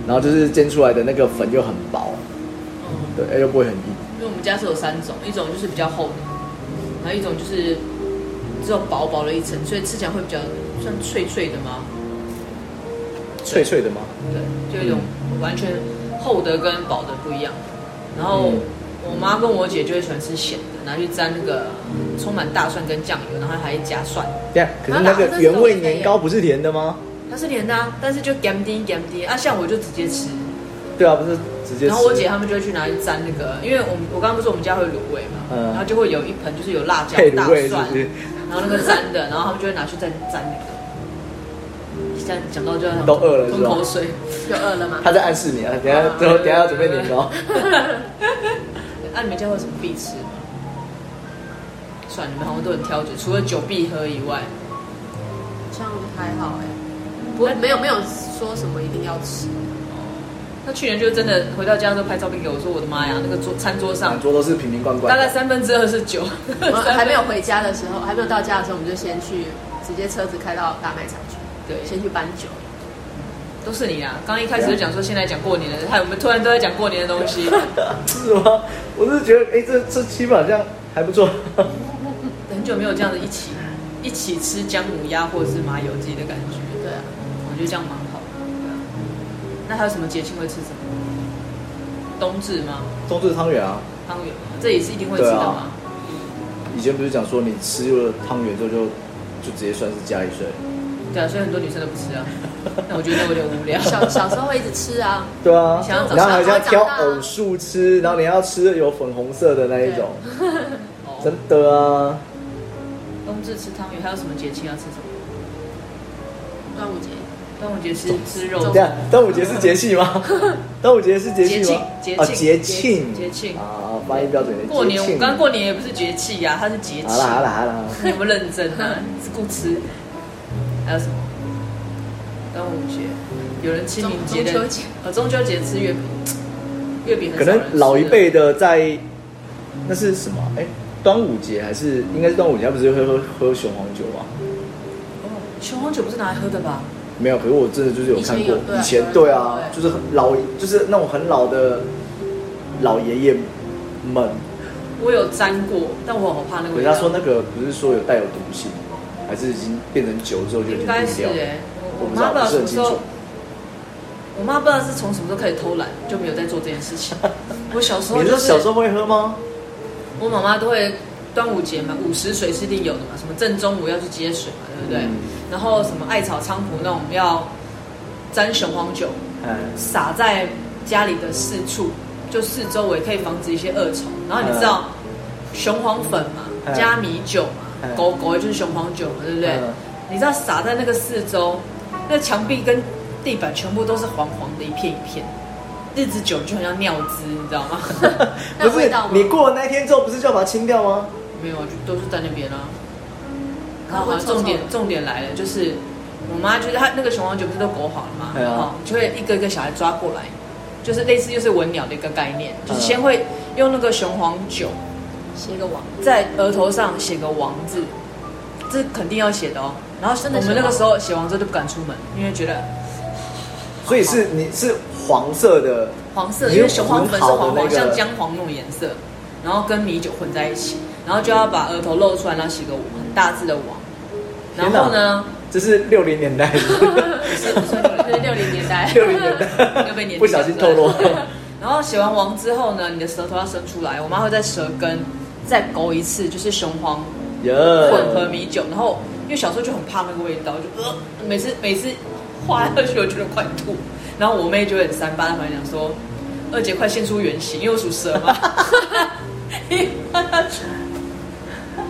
[SPEAKER 2] 然后就是煎出来的那个粉又很薄，
[SPEAKER 3] 嗯，
[SPEAKER 2] 对，又不会很硬，
[SPEAKER 3] 因为我们家是有三种，一种就是比较厚的，然后一种就是只有薄薄的一层，所以吃起来会比较算脆脆的吗？
[SPEAKER 2] 脆脆的吗？
[SPEAKER 3] 对，就有一种完全厚的跟薄的不一样。然后
[SPEAKER 2] 嗯
[SPEAKER 3] 我妈跟我姐就会喜欢吃咸的，拿去沾那个充满大蒜跟酱油，然后还加蒜。
[SPEAKER 2] 对啊，可是那
[SPEAKER 3] 它
[SPEAKER 2] 个
[SPEAKER 3] 是
[SPEAKER 2] 原味
[SPEAKER 3] 豆类
[SPEAKER 2] 年糕不是甜的吗？
[SPEAKER 3] 它是甜的、啊，但是就咸滴咸滴啊，像我就直接吃。
[SPEAKER 2] 对啊，不是直接吃。
[SPEAKER 3] 然后我姐他们就会去拿去沾那个，因为我们我刚刚不是我们家会有卤味嘛，
[SPEAKER 2] 嗯
[SPEAKER 3] 然后就会有一盆就是有辣椒
[SPEAKER 2] 配、
[SPEAKER 3] 大
[SPEAKER 2] 卤味是
[SPEAKER 3] 蒜
[SPEAKER 2] 不，是？
[SPEAKER 3] 然 后那个沾的，然后他们就会拿去再沾那个。这样讲到就要
[SPEAKER 2] 都饿了
[SPEAKER 3] 吞
[SPEAKER 2] 是吧
[SPEAKER 3] 口水。
[SPEAKER 1] 就饿了嘛。
[SPEAKER 2] 他在暗示你啊，等一下
[SPEAKER 3] 啊
[SPEAKER 2] 等等一下要准备年糕。
[SPEAKER 3] 啊，你们家会有什么必吃吗？算了，你们好像都很挑嘴，除了酒必喝以外，
[SPEAKER 1] 好像还好哎、不过没有没有说什么一定要吃，
[SPEAKER 3] 那去年就真的回到家之后拍照片给我说，我的妈呀，那个桌餐桌上
[SPEAKER 2] 满桌都是瓶瓶罐罐
[SPEAKER 3] 大概
[SPEAKER 2] 的，
[SPEAKER 3] 三分之二是酒，
[SPEAKER 1] 我们啊 还没有回家的时候，还没有到家的时候，我们就先去直接车子开到大卖场去，
[SPEAKER 3] 对，
[SPEAKER 1] 先去搬酒。
[SPEAKER 3] 都是你啊！刚一开始就讲说现在讲过年的，害我们突然都在讲过年的东西。
[SPEAKER 2] 是吗？我是觉得，哎、这这七宝好像还不错。
[SPEAKER 3] 很久没有这样子一起一起吃姜母鸭或者是麻油鸡的感觉，
[SPEAKER 1] 对啊，
[SPEAKER 3] 我觉得这样蛮好的。对啊那还有什么节庆会吃什么？冬至吗？
[SPEAKER 2] 冬至汤圆啊，
[SPEAKER 3] 汤圆吗？这也是一定会吃的嘛。
[SPEAKER 2] 以前不是讲说你吃了汤圆之后就就直接算是加一岁？
[SPEAKER 3] 对啊，所以很多女生都不吃啊。那我觉得有点 无聊。
[SPEAKER 1] 小小时候会一直吃啊，
[SPEAKER 2] 对啊
[SPEAKER 3] 你想要，
[SPEAKER 2] 然后还要挑
[SPEAKER 1] 早上还会长大啊
[SPEAKER 2] 偶数吃，然后你要吃有粉红色的那一种，真
[SPEAKER 3] 哦，
[SPEAKER 2] 的啊。
[SPEAKER 3] 冬至吃汤圆，还有什么节庆要吃什么？
[SPEAKER 1] 端午节
[SPEAKER 3] 端午节吃吃肉
[SPEAKER 2] 这。样，端午节是节气 吗？端午节是节气吗？
[SPEAKER 3] 节庆
[SPEAKER 2] 啊，
[SPEAKER 3] 节
[SPEAKER 2] 节
[SPEAKER 3] 庆
[SPEAKER 2] 庆，
[SPEAKER 3] 节庆
[SPEAKER 2] 啊，发音标准一点。
[SPEAKER 3] 过年，
[SPEAKER 2] 节
[SPEAKER 3] 我
[SPEAKER 2] 庆
[SPEAKER 3] 刚过年也不是节气呀、它是节气。
[SPEAKER 2] 好啦好啦好啦，好啦
[SPEAKER 3] 你有没有认真啊？是顾吃。还有什么？端午节，有人清明节的
[SPEAKER 1] 中中秋节，
[SPEAKER 3] 呃，中秋节吃月饼，月饼很
[SPEAKER 2] 可
[SPEAKER 3] 少人
[SPEAKER 2] 能
[SPEAKER 3] 吃
[SPEAKER 2] 老一辈的在那是什么？哎，端午节还是应该是端午节，他不是会喝喝雄黄酒吗？
[SPEAKER 3] 哦，雄黄酒不是拿来喝的吧？
[SPEAKER 2] 没有，可是我真的就是有看
[SPEAKER 1] 以前
[SPEAKER 2] 过
[SPEAKER 1] 有对，啊
[SPEAKER 2] 以前
[SPEAKER 1] 对
[SPEAKER 2] 对
[SPEAKER 1] 啊
[SPEAKER 2] 啊，
[SPEAKER 1] 对
[SPEAKER 2] 就是很老，就是那种很老的老爷爷们，
[SPEAKER 3] 我有沾过，但我好怕那个
[SPEAKER 2] 可
[SPEAKER 3] 味
[SPEAKER 2] 是
[SPEAKER 3] 道。
[SPEAKER 2] 他说那个不是说有带有毒性，还是已经变成酒之后就已经
[SPEAKER 3] 应
[SPEAKER 2] 定
[SPEAKER 3] 该是
[SPEAKER 2] 掉了？
[SPEAKER 3] 哎、我
[SPEAKER 2] 我
[SPEAKER 3] 我
[SPEAKER 2] 不知道，
[SPEAKER 3] 妈不知
[SPEAKER 2] 不是
[SPEAKER 3] 道什
[SPEAKER 2] 很
[SPEAKER 3] 么时
[SPEAKER 2] 清楚
[SPEAKER 3] 候。，我妈不知道是从什么时候开始偷懒，就没有在做这件事情。我小时候
[SPEAKER 2] 你
[SPEAKER 3] 就是
[SPEAKER 2] 小时候会喝吗？
[SPEAKER 3] 我妈妈都会端午节嘛，午时水是一定有的嘛，什么正中午要去接水嘛，对不对？
[SPEAKER 2] 嗯
[SPEAKER 3] 然后什么艾草菖蒲那种要沾雄黄酒，
[SPEAKER 2] 哎，
[SPEAKER 3] 撒在家里的四处，就四周围可以防止一些恶虫。然后你知道、雄黄粉嘛，
[SPEAKER 2] 嗯
[SPEAKER 3] 加米酒嘛
[SPEAKER 2] 嗯，
[SPEAKER 3] 狗狗就是雄黄酒嘛，对不对？
[SPEAKER 2] 嗯
[SPEAKER 3] 你知道撒在那个四周，那墙壁跟地板全部都是黄黄的一片一片，日子久了就很像尿渍，你知道吗？
[SPEAKER 1] 那
[SPEAKER 2] 哎不
[SPEAKER 1] 有味
[SPEAKER 2] 是
[SPEAKER 1] 道吗
[SPEAKER 2] 你过了那天之后，不是就要把它清掉吗？
[SPEAKER 3] 没有，就都是在那边啊。
[SPEAKER 1] 可
[SPEAKER 3] 然
[SPEAKER 1] 能
[SPEAKER 3] 后
[SPEAKER 1] 会
[SPEAKER 3] 好
[SPEAKER 1] 臭
[SPEAKER 3] 像
[SPEAKER 1] 臭的
[SPEAKER 3] 重点重点来了，就是我妈就是她那个雄黄酒不是都裹好了嘛，
[SPEAKER 2] 对啊
[SPEAKER 3] 哦就会一个一个小孩抓过来，就是类似就是文鸟的一个概念，就
[SPEAKER 2] 嗯
[SPEAKER 3] 是先会用那个雄黄酒
[SPEAKER 1] 写个网，
[SPEAKER 3] 在额头上写个王字，这肯定要写的哦。然后
[SPEAKER 1] 真的
[SPEAKER 3] 我
[SPEAKER 1] 写
[SPEAKER 3] 们那个
[SPEAKER 1] 王
[SPEAKER 3] 时候写完之后就不敢出门，因为觉得
[SPEAKER 2] 所以是你是黄色的，
[SPEAKER 3] 黄色，
[SPEAKER 2] 你
[SPEAKER 3] 因为
[SPEAKER 2] 用
[SPEAKER 3] 雄黄粉是黄
[SPEAKER 2] 混好
[SPEAKER 3] 黄，
[SPEAKER 2] 的那
[SPEAKER 3] 像
[SPEAKER 2] 个
[SPEAKER 3] 姜黄那种颜色，然后跟米酒混在一起，然后就要把额头露出来，然后写个很大字的王。然
[SPEAKER 2] 天哪
[SPEAKER 3] 后呢，
[SPEAKER 2] 这是六零年代，
[SPEAKER 3] 是不是
[SPEAKER 1] 就是六零年代，
[SPEAKER 2] 六零年
[SPEAKER 3] 哎又被年纪
[SPEAKER 2] 代，不小心
[SPEAKER 3] 讲
[SPEAKER 2] 透
[SPEAKER 3] 出
[SPEAKER 2] 露
[SPEAKER 3] 来。 然后写完王之后呢，你的舌头要伸出来，我妈会在舌根再勾一次，就是雄黄
[SPEAKER 2] 耶，
[SPEAKER 3] 混合米酒。然后因为小时候就很怕那个味道，就呃，每次每次画下去我觉得快吐。然后我妹就很三八，她反正讲说，二姐快现出原形，因为我属蛇嘛。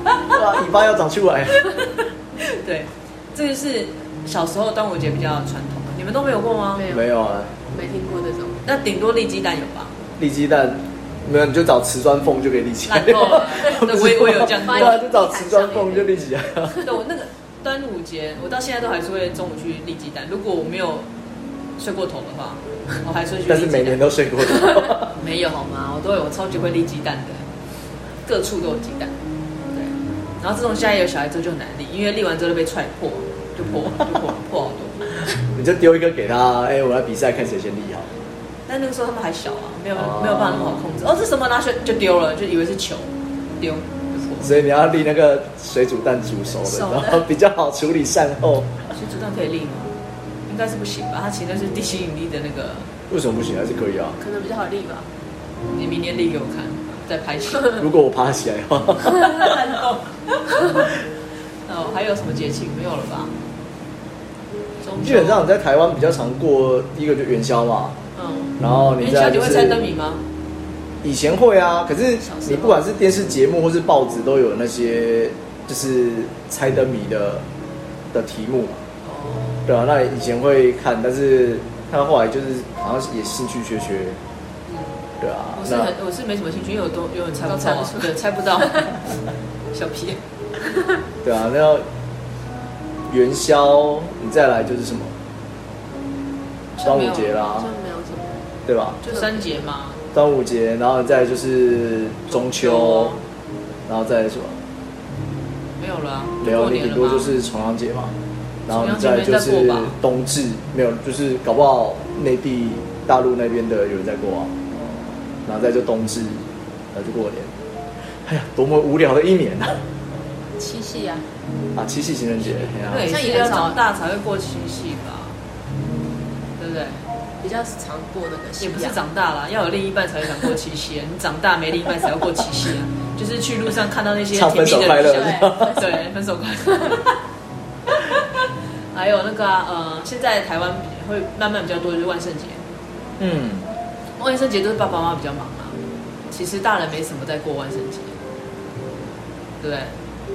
[SPEAKER 2] 哇，尾巴要长出来。
[SPEAKER 3] 对，这个是小时候端午节比较传统，你们都没有过 吗？
[SPEAKER 1] 没有
[SPEAKER 2] 没有啊，
[SPEAKER 1] 没听过这种，
[SPEAKER 3] 那顶多立鸡蛋有 吧？
[SPEAKER 2] 立鸡蛋，没有你就找瓷砖缝就可以立起来。
[SPEAKER 3] 烂透了对我也我也有这样
[SPEAKER 1] 过
[SPEAKER 2] 对啊，就找瓷砖缝就立起 来。
[SPEAKER 3] 对，我那个端午节，我到现在都还是会中午去 立鸡蛋。如果我没有睡过头的话，我还是会去立
[SPEAKER 2] 但
[SPEAKER 3] 鸡
[SPEAKER 2] 是
[SPEAKER 3] 蛋。
[SPEAKER 2] 每年都睡过头。
[SPEAKER 3] 没有好吗？我都有，我超级会立鸡蛋的，各处都有鸡蛋。对，然后自从现在有小孩之后就很难立，因为立完之后就被踹破，就破，就破，破好 多。
[SPEAKER 2] 你就丢一个给他，哎、我来比赛看谁先厉害。
[SPEAKER 3] 但那个时候他们还小啊，没有、
[SPEAKER 2] 哦
[SPEAKER 3] 没有办法那么好控制。哦，这什么拿去就丢了，就以为是球，丢就破。
[SPEAKER 2] 所以你要立那个水煮蛋煮熟
[SPEAKER 3] 熟
[SPEAKER 2] 的，
[SPEAKER 3] 的
[SPEAKER 2] 然后比较好处理善后。
[SPEAKER 3] 所以主蛋可以立吗？应该是不行吧？它其实是地心引力的那个。
[SPEAKER 2] 为什么不行？还是可以啊。
[SPEAKER 1] 可能比较好立吧。
[SPEAKER 3] 你明天立给我看，再拍 戏。
[SPEAKER 2] 如果我爬起来的 话，
[SPEAKER 3] 哦，还有什么节庆没有了吧？中秋
[SPEAKER 2] 基本上你在台湾比较常过，第一个就元宵嘛，
[SPEAKER 3] 嗯，
[SPEAKER 2] 然后你
[SPEAKER 3] 元
[SPEAKER 2] 在
[SPEAKER 3] 宵
[SPEAKER 2] 就
[SPEAKER 3] 节会
[SPEAKER 2] 是
[SPEAKER 3] 猜灯谜吗？
[SPEAKER 2] 以前会啊，可是
[SPEAKER 3] 小时候
[SPEAKER 2] 你不管是电视节目或是报纸，都有那些就是猜灯谜的的题目嘛。
[SPEAKER 3] 哦，
[SPEAKER 2] 对啊，那以前会看，但是看后来就是好像也兴趣缺缺。对啊，
[SPEAKER 3] 我是
[SPEAKER 2] 那
[SPEAKER 3] 很我是没什么兴趣，因为我都因为我猜不
[SPEAKER 1] 都
[SPEAKER 3] 到
[SPEAKER 1] 猜不
[SPEAKER 3] 啊
[SPEAKER 1] 出，
[SPEAKER 3] 对，猜不到， 小屁。
[SPEAKER 2] 对啊，那要元宵，你再来就是什么端午节
[SPEAKER 1] 好
[SPEAKER 3] 啊
[SPEAKER 2] 啦
[SPEAKER 1] 像，没有什么。
[SPEAKER 2] 对吧？
[SPEAKER 3] 就三节嘛，
[SPEAKER 2] 端午节，然后再来就是中秋，然后再来什么？
[SPEAKER 3] 没有了啊，
[SPEAKER 2] 没有，
[SPEAKER 3] 过
[SPEAKER 2] 你
[SPEAKER 3] 年
[SPEAKER 2] 顶
[SPEAKER 3] 了
[SPEAKER 2] 多就
[SPEAKER 3] 吗？
[SPEAKER 2] 是重阳节嘛，然后
[SPEAKER 3] 重阳节
[SPEAKER 2] 再来就是
[SPEAKER 3] 没人在过吧
[SPEAKER 2] 冬至，没有，就是搞不好内地、大陆那边的有人在过啊，然后再就冬至，然后就过年。哎呀，多么无聊的一年啊！
[SPEAKER 1] 七夕啊，
[SPEAKER 2] 啊，七夕情人节，
[SPEAKER 3] 那
[SPEAKER 2] 哎
[SPEAKER 3] 个
[SPEAKER 2] 呀
[SPEAKER 3] 也是要长大才会过七夕吧，对不对？
[SPEAKER 2] 啊
[SPEAKER 1] 比较常过那个夕啊
[SPEAKER 3] 也
[SPEAKER 1] 阳，
[SPEAKER 3] 不是长大啦，要有另一半才会想过七夕啊。你长大没另一半才要过七夕啊，就是去路上看到那些
[SPEAKER 2] 唱
[SPEAKER 3] 甜
[SPEAKER 2] 分
[SPEAKER 3] 蜜
[SPEAKER 2] 手
[SPEAKER 3] 的
[SPEAKER 2] 快
[SPEAKER 3] 人
[SPEAKER 2] 乐
[SPEAKER 3] 像，
[SPEAKER 1] 对
[SPEAKER 3] 对，分手快乐。还有那个啊，呃，现在台湾会慢慢比较多就是万圣节，
[SPEAKER 2] 嗯，
[SPEAKER 3] 万圣节都是爸爸妈妈比较忙啊，其实大人没什么在过万圣节，对不对？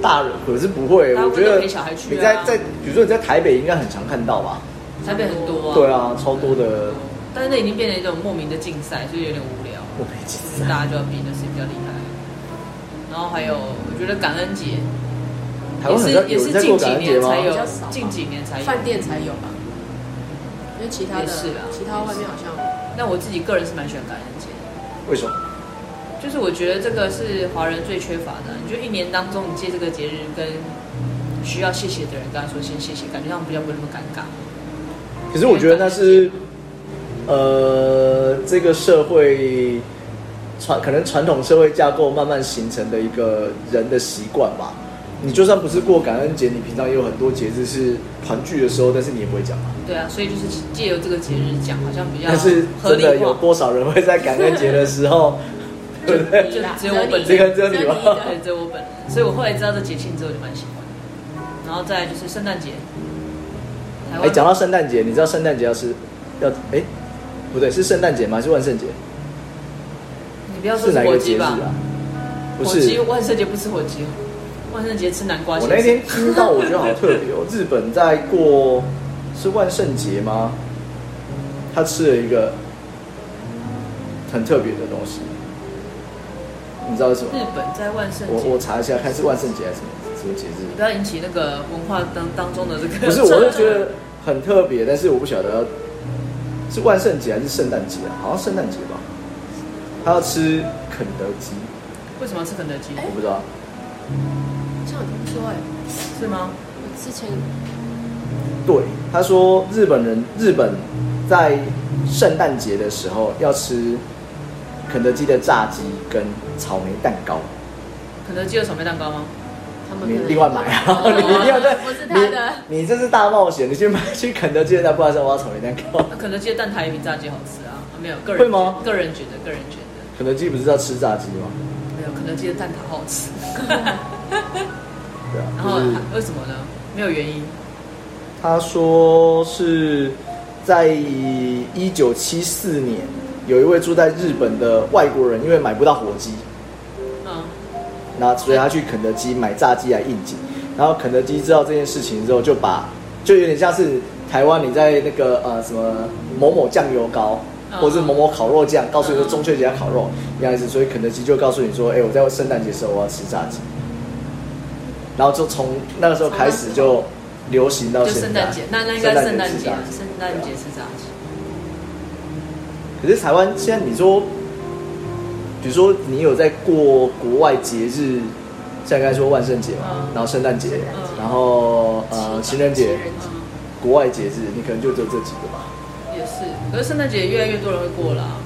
[SPEAKER 2] 大人可是不会，
[SPEAKER 3] 大
[SPEAKER 2] 我
[SPEAKER 3] 部分
[SPEAKER 2] 觉
[SPEAKER 3] 都
[SPEAKER 2] 得
[SPEAKER 3] 陪小孩去啊
[SPEAKER 2] 你在在，比如说你在台北应该很常看到吧？
[SPEAKER 3] 台北很多啊，
[SPEAKER 2] 对啊，超多的
[SPEAKER 3] 但是那已经变成一种莫名的竞赛，就有点无聊。
[SPEAKER 2] 我没记
[SPEAKER 3] 就是大家就要比那谁比较厉害。然后还有，我觉得感恩节
[SPEAKER 2] 台
[SPEAKER 3] 也
[SPEAKER 2] 湾
[SPEAKER 3] 是
[SPEAKER 2] 很在
[SPEAKER 3] 也
[SPEAKER 2] 有
[SPEAKER 3] 是
[SPEAKER 2] 人在
[SPEAKER 3] 近
[SPEAKER 2] 过
[SPEAKER 3] 几
[SPEAKER 2] 感恩节
[SPEAKER 3] 年
[SPEAKER 2] 吗
[SPEAKER 3] 才？有
[SPEAKER 1] 比较少吧，
[SPEAKER 3] 近几年才有。
[SPEAKER 1] 饭店才有吧？因为其他
[SPEAKER 3] 也
[SPEAKER 1] 的
[SPEAKER 3] 是啦啊
[SPEAKER 1] 其他外面好像
[SPEAKER 3] 那我自己个人是蛮喜欢感恩节的，
[SPEAKER 2] 为什么？
[SPEAKER 3] 就是我觉得这个是华人最缺乏的。啊你就一年当中，你借这个节日跟需要谢谢的人跟他说先谢谢，感觉他们比较不会那么尴尬。
[SPEAKER 2] 可是我觉得那是，呃，这个社会传可能传统社会架构慢慢形成的一个人的习惯吧。你就算不是过感恩节，你平常也有很多节日是团聚的时候，但是你也不会讲啊。
[SPEAKER 3] 对啊，所以就是借由这个节日讲，好像比较
[SPEAKER 2] 但是
[SPEAKER 3] 合
[SPEAKER 2] 真
[SPEAKER 3] 理
[SPEAKER 2] 的有
[SPEAKER 3] 化。
[SPEAKER 2] 多少人会在感恩节的时候，对不对？
[SPEAKER 3] 就
[SPEAKER 1] 啦
[SPEAKER 3] 只有我本
[SPEAKER 2] 这个只有你吧
[SPEAKER 1] 一个
[SPEAKER 3] 对，这是我本人，所以我后来知道这节庆之后就蛮喜欢的。然后再来就是圣诞节，台
[SPEAKER 2] 哎，
[SPEAKER 3] 湾
[SPEAKER 2] 讲到圣诞节，你知道圣诞节要是要哎，不对，是圣诞节吗？还是万圣节？
[SPEAKER 3] 你不要说
[SPEAKER 2] 是
[SPEAKER 3] 是
[SPEAKER 2] 哪一
[SPEAKER 3] 火
[SPEAKER 2] 个
[SPEAKER 3] 鸡
[SPEAKER 2] 节日
[SPEAKER 3] 吧？
[SPEAKER 2] 啊？不
[SPEAKER 3] 火鸡
[SPEAKER 2] 是，
[SPEAKER 3] 万圣节不吃火鸡，万圣节吃南瓜。
[SPEAKER 2] 我那天听到，我觉得好特别哦。日本在过是万圣节吗？他吃了一个很特别的东西，你知道是什么？
[SPEAKER 3] 日本在万圣
[SPEAKER 2] 我
[SPEAKER 3] 节，
[SPEAKER 2] 我查一下，看是万圣节还是什么什么节
[SPEAKER 3] 你
[SPEAKER 2] 日？
[SPEAKER 3] 不要引起那个文化当当中的这个。
[SPEAKER 2] 不是，我就觉 得很特别，但是我不晓得是万圣节还是圣诞节啊？好像圣诞节吧。他要吃肯德基，
[SPEAKER 3] 为什么要吃肯德基？
[SPEAKER 2] 我不知道。
[SPEAKER 1] 这样听说哎，
[SPEAKER 3] 是吗？
[SPEAKER 1] 我之前
[SPEAKER 2] 对，他说日本人日本在圣诞节的时候要吃肯德基的炸鸡跟草莓蛋糕，
[SPEAKER 3] 肯德基有草莓蛋糕吗？
[SPEAKER 1] 他们可
[SPEAKER 2] 你
[SPEAKER 1] 能
[SPEAKER 2] 另外买啊，
[SPEAKER 1] 哦
[SPEAKER 2] 你一定要在
[SPEAKER 1] 不是他的，
[SPEAKER 2] 你你这是大冒险，你去买去肯德基的蛋糕，不然说我要草莓蛋糕。
[SPEAKER 3] 那肯德基的蛋挞也比炸鸡好吃啊！啊没有，个人
[SPEAKER 2] 会吗
[SPEAKER 3] 个人觉得，个人觉得
[SPEAKER 2] 肯德基不是要吃炸鸡吗？
[SPEAKER 3] 没有，肯德基的蛋挞好吃。
[SPEAKER 2] 对啊，
[SPEAKER 3] 然后
[SPEAKER 2] 就是
[SPEAKER 3] 它为什么呢？没有原因。
[SPEAKER 2] 他说是在一九七四年，有一位住在日本的外国人，因为买不到火鸡，
[SPEAKER 3] 嗯，
[SPEAKER 2] 那所以他去肯德基买炸鸡来应景。然后肯德基知道这件事情之后，就把就有点像是台湾你在那个呃什么某某酱油膏，
[SPEAKER 3] 嗯
[SPEAKER 2] 或者是某某烤肉酱，告诉你说
[SPEAKER 3] 嗯
[SPEAKER 2] 中秋节要烤肉一样意思，所以肯德基就告诉你说，哎，我在圣诞节的时候我要吃炸鸡。然后就从那个时候开始就流行到
[SPEAKER 3] 就
[SPEAKER 2] 现在。
[SPEAKER 3] 圣诞节，那那应该是圣诞
[SPEAKER 2] 吃
[SPEAKER 3] 节啊
[SPEAKER 2] 炸鸡，
[SPEAKER 3] 圣诞节吃炸鸡。
[SPEAKER 2] 可是台湾现在你说比如说你有在过国外节日，像刚才说万圣节嘛，
[SPEAKER 3] 嗯
[SPEAKER 2] 然后圣诞节，
[SPEAKER 3] 嗯
[SPEAKER 2] 然后呃情人节
[SPEAKER 1] 情，人节
[SPEAKER 2] 国外节日，你可能就只有这几个吧。
[SPEAKER 3] 也是。可是圣诞节越来越多人会过了啊、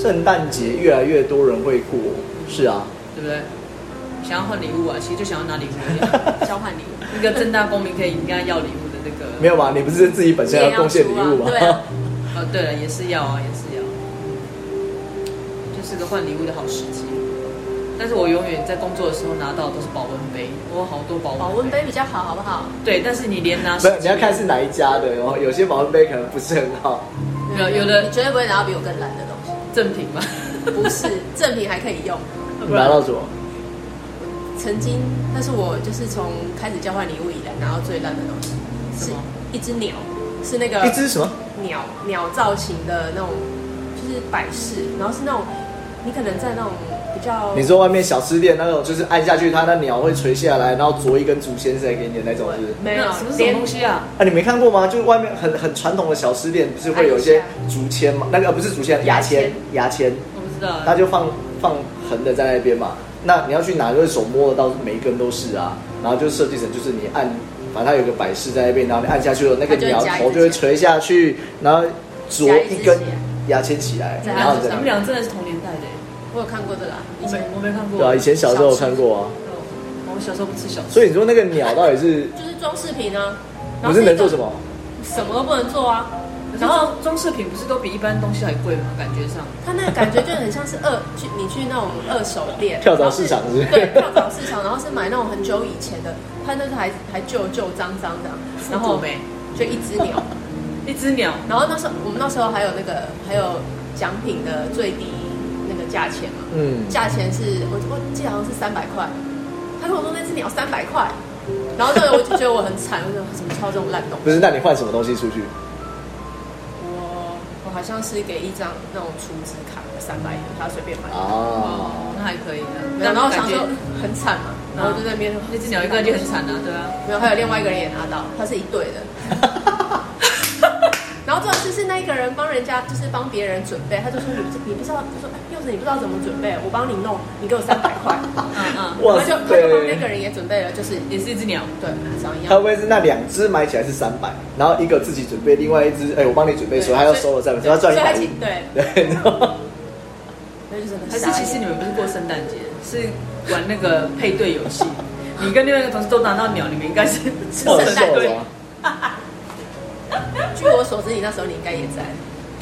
[SPEAKER 2] 圣诞节越来越多人会过，是啊，
[SPEAKER 3] 对不对？想要换礼物啊，其实就想要拿礼物而 已啊。
[SPEAKER 1] 交换礼物，
[SPEAKER 3] 那个正大光明可以跟他要礼物的那个，
[SPEAKER 2] 没有吧？你不是自己本身
[SPEAKER 1] 也
[SPEAKER 2] 要贡献礼物吗
[SPEAKER 1] 出啊？对 啊，
[SPEAKER 3] 哦，对了，也是要啊，也是要，就是个换礼物的好时机。但是我永远在工作的时候拿到的都是保温杯，我有好多保温
[SPEAKER 1] 保温。杯比较好，好不好？
[SPEAKER 3] 对，但是你连拿
[SPEAKER 2] 不是，
[SPEAKER 3] 十
[SPEAKER 2] 你
[SPEAKER 3] 几
[SPEAKER 2] 要看
[SPEAKER 3] 年
[SPEAKER 2] 是哪一家的哦。有些保温杯可能不是很好，
[SPEAKER 3] 有有的
[SPEAKER 1] 你绝对不会拿到比我更烂的东西，
[SPEAKER 3] 正品吧，
[SPEAKER 1] 不 是正品还可以用。
[SPEAKER 3] 嗯
[SPEAKER 2] 你拿到什么？
[SPEAKER 1] 曾经，那是我就是从开始交换礼物以来拿到最烂的东西，
[SPEAKER 3] 什
[SPEAKER 1] 是
[SPEAKER 3] 么
[SPEAKER 1] 一只鸟，是那个
[SPEAKER 2] 一只什么？
[SPEAKER 1] 鸟鸟造型的那种，就是摆饰，然后是那种你可能在那种比较
[SPEAKER 2] 你说外面小吃店那种，就是按下去它那鸟会垂下来，然后啄一根竹签塞给你的那种，是不是？
[SPEAKER 1] 没有
[SPEAKER 3] 什么什么
[SPEAKER 1] 连
[SPEAKER 3] 东西啊？
[SPEAKER 2] 啊，你没看过吗？就是外面很很传统的小吃店，不是会有一些竹签吗？那个呃不是竹签，牙签，牙签，
[SPEAKER 3] 我不知道
[SPEAKER 2] 它
[SPEAKER 3] 啊。
[SPEAKER 2] 就放放横的在那边嘛。那你要去拿，就是手摸得到，每一根都是啊。然后就设计成就是你按，反正它有个摆饰在那边，然后你按下去了，那个
[SPEAKER 1] 它就会
[SPEAKER 2] 鸟
[SPEAKER 1] 夹一
[SPEAKER 2] 头
[SPEAKER 1] 只
[SPEAKER 2] 就会
[SPEAKER 1] 起来
[SPEAKER 2] 垂下去，然后啄
[SPEAKER 1] 夹一只
[SPEAKER 2] 一根
[SPEAKER 1] 起
[SPEAKER 2] 牙签起来，
[SPEAKER 1] 在
[SPEAKER 3] 你
[SPEAKER 1] 它
[SPEAKER 3] 们
[SPEAKER 1] 手
[SPEAKER 2] 然后你再
[SPEAKER 3] 俩你
[SPEAKER 1] 上
[SPEAKER 3] 们俩真的是同年代的耶，
[SPEAKER 1] 我有看过这个、啊，以
[SPEAKER 3] 我没
[SPEAKER 1] 前
[SPEAKER 3] 我没看过。
[SPEAKER 2] 对啊，以前小时候有看
[SPEAKER 3] 吃。
[SPEAKER 2] 过啊。
[SPEAKER 3] 哦我小时候不吃小吃，
[SPEAKER 2] 所以你说那个鸟到底是
[SPEAKER 1] 就是装饰品啊，然
[SPEAKER 2] 不
[SPEAKER 1] 后
[SPEAKER 2] 是
[SPEAKER 1] 一个
[SPEAKER 2] 能做什么？
[SPEAKER 1] 什么都不能做啊。然
[SPEAKER 3] 然后
[SPEAKER 1] 后
[SPEAKER 3] 装饰品不是都比一般东西还贵吗？感觉上，
[SPEAKER 1] 它那个感觉就很像是二，去你去那种二手店，
[SPEAKER 2] 跳蚤市场是不是
[SPEAKER 1] 然后对，跳蚤市场，然后是买那种很久以前的，它那个还还旧旧脏脏的，然
[SPEAKER 3] 然后
[SPEAKER 1] 后
[SPEAKER 3] 没
[SPEAKER 1] 就一只 鸟，
[SPEAKER 3] 一只鸟，
[SPEAKER 1] 然后那时候我们那时候还有那个还有奖品的最低那个价钱嘛，
[SPEAKER 2] 嗯，
[SPEAKER 1] 价钱是我我记得好像是三百块，他跟我说那只鸟三百块，然后那个我就觉得我很惨，我说怎么挑这种烂东西？
[SPEAKER 2] 不是，那你换什么东西出去？
[SPEAKER 1] 我我好像是给一张那种储值卡三百元，他随便买的。
[SPEAKER 2] 啊
[SPEAKER 3] 哦，，那还可以的。
[SPEAKER 1] 然后我想
[SPEAKER 3] 感觉
[SPEAKER 1] 说很惨嘛，然后就在那边
[SPEAKER 3] 那只鸟一个就很惨啊，对啊。
[SPEAKER 1] 没有，还有另外一个人也拿到，他是一对 的。然后重点就是那一个人帮人家，就是帮别人准备，他就说你不你不知道，他说哎柚子你不知道怎么准备，我帮你弄，你给我三百块，
[SPEAKER 3] 嗯嗯，
[SPEAKER 1] 然后
[SPEAKER 2] 哇
[SPEAKER 1] 就
[SPEAKER 2] 塞，
[SPEAKER 1] 他就帮那个人也准备了，就是
[SPEAKER 3] 也是一只鸟，
[SPEAKER 1] 对长一
[SPEAKER 2] 他会
[SPEAKER 1] 样
[SPEAKER 2] 不。会是那两只买起来是三百，然后一个自己准备，另外一只哎、我帮你准备，所以他要收了三百，所以他
[SPEAKER 1] 所以
[SPEAKER 2] 赚一
[SPEAKER 1] 他
[SPEAKER 2] 百
[SPEAKER 1] 其
[SPEAKER 2] 五
[SPEAKER 1] 实。对，
[SPEAKER 2] 对，然后
[SPEAKER 1] 那就是很
[SPEAKER 3] 还是
[SPEAKER 1] 傻
[SPEAKER 3] 其
[SPEAKER 1] 眼
[SPEAKER 3] 实你们不是过圣诞节，是玩那个配对游 戏。你跟另外一个同事都拿到鸟，你们应该是 哦是
[SPEAKER 2] 到底
[SPEAKER 3] 圣
[SPEAKER 2] 是
[SPEAKER 3] 诞
[SPEAKER 2] 我
[SPEAKER 3] 对
[SPEAKER 2] 什，么？
[SPEAKER 1] 据我所知，你那时候你应该也在，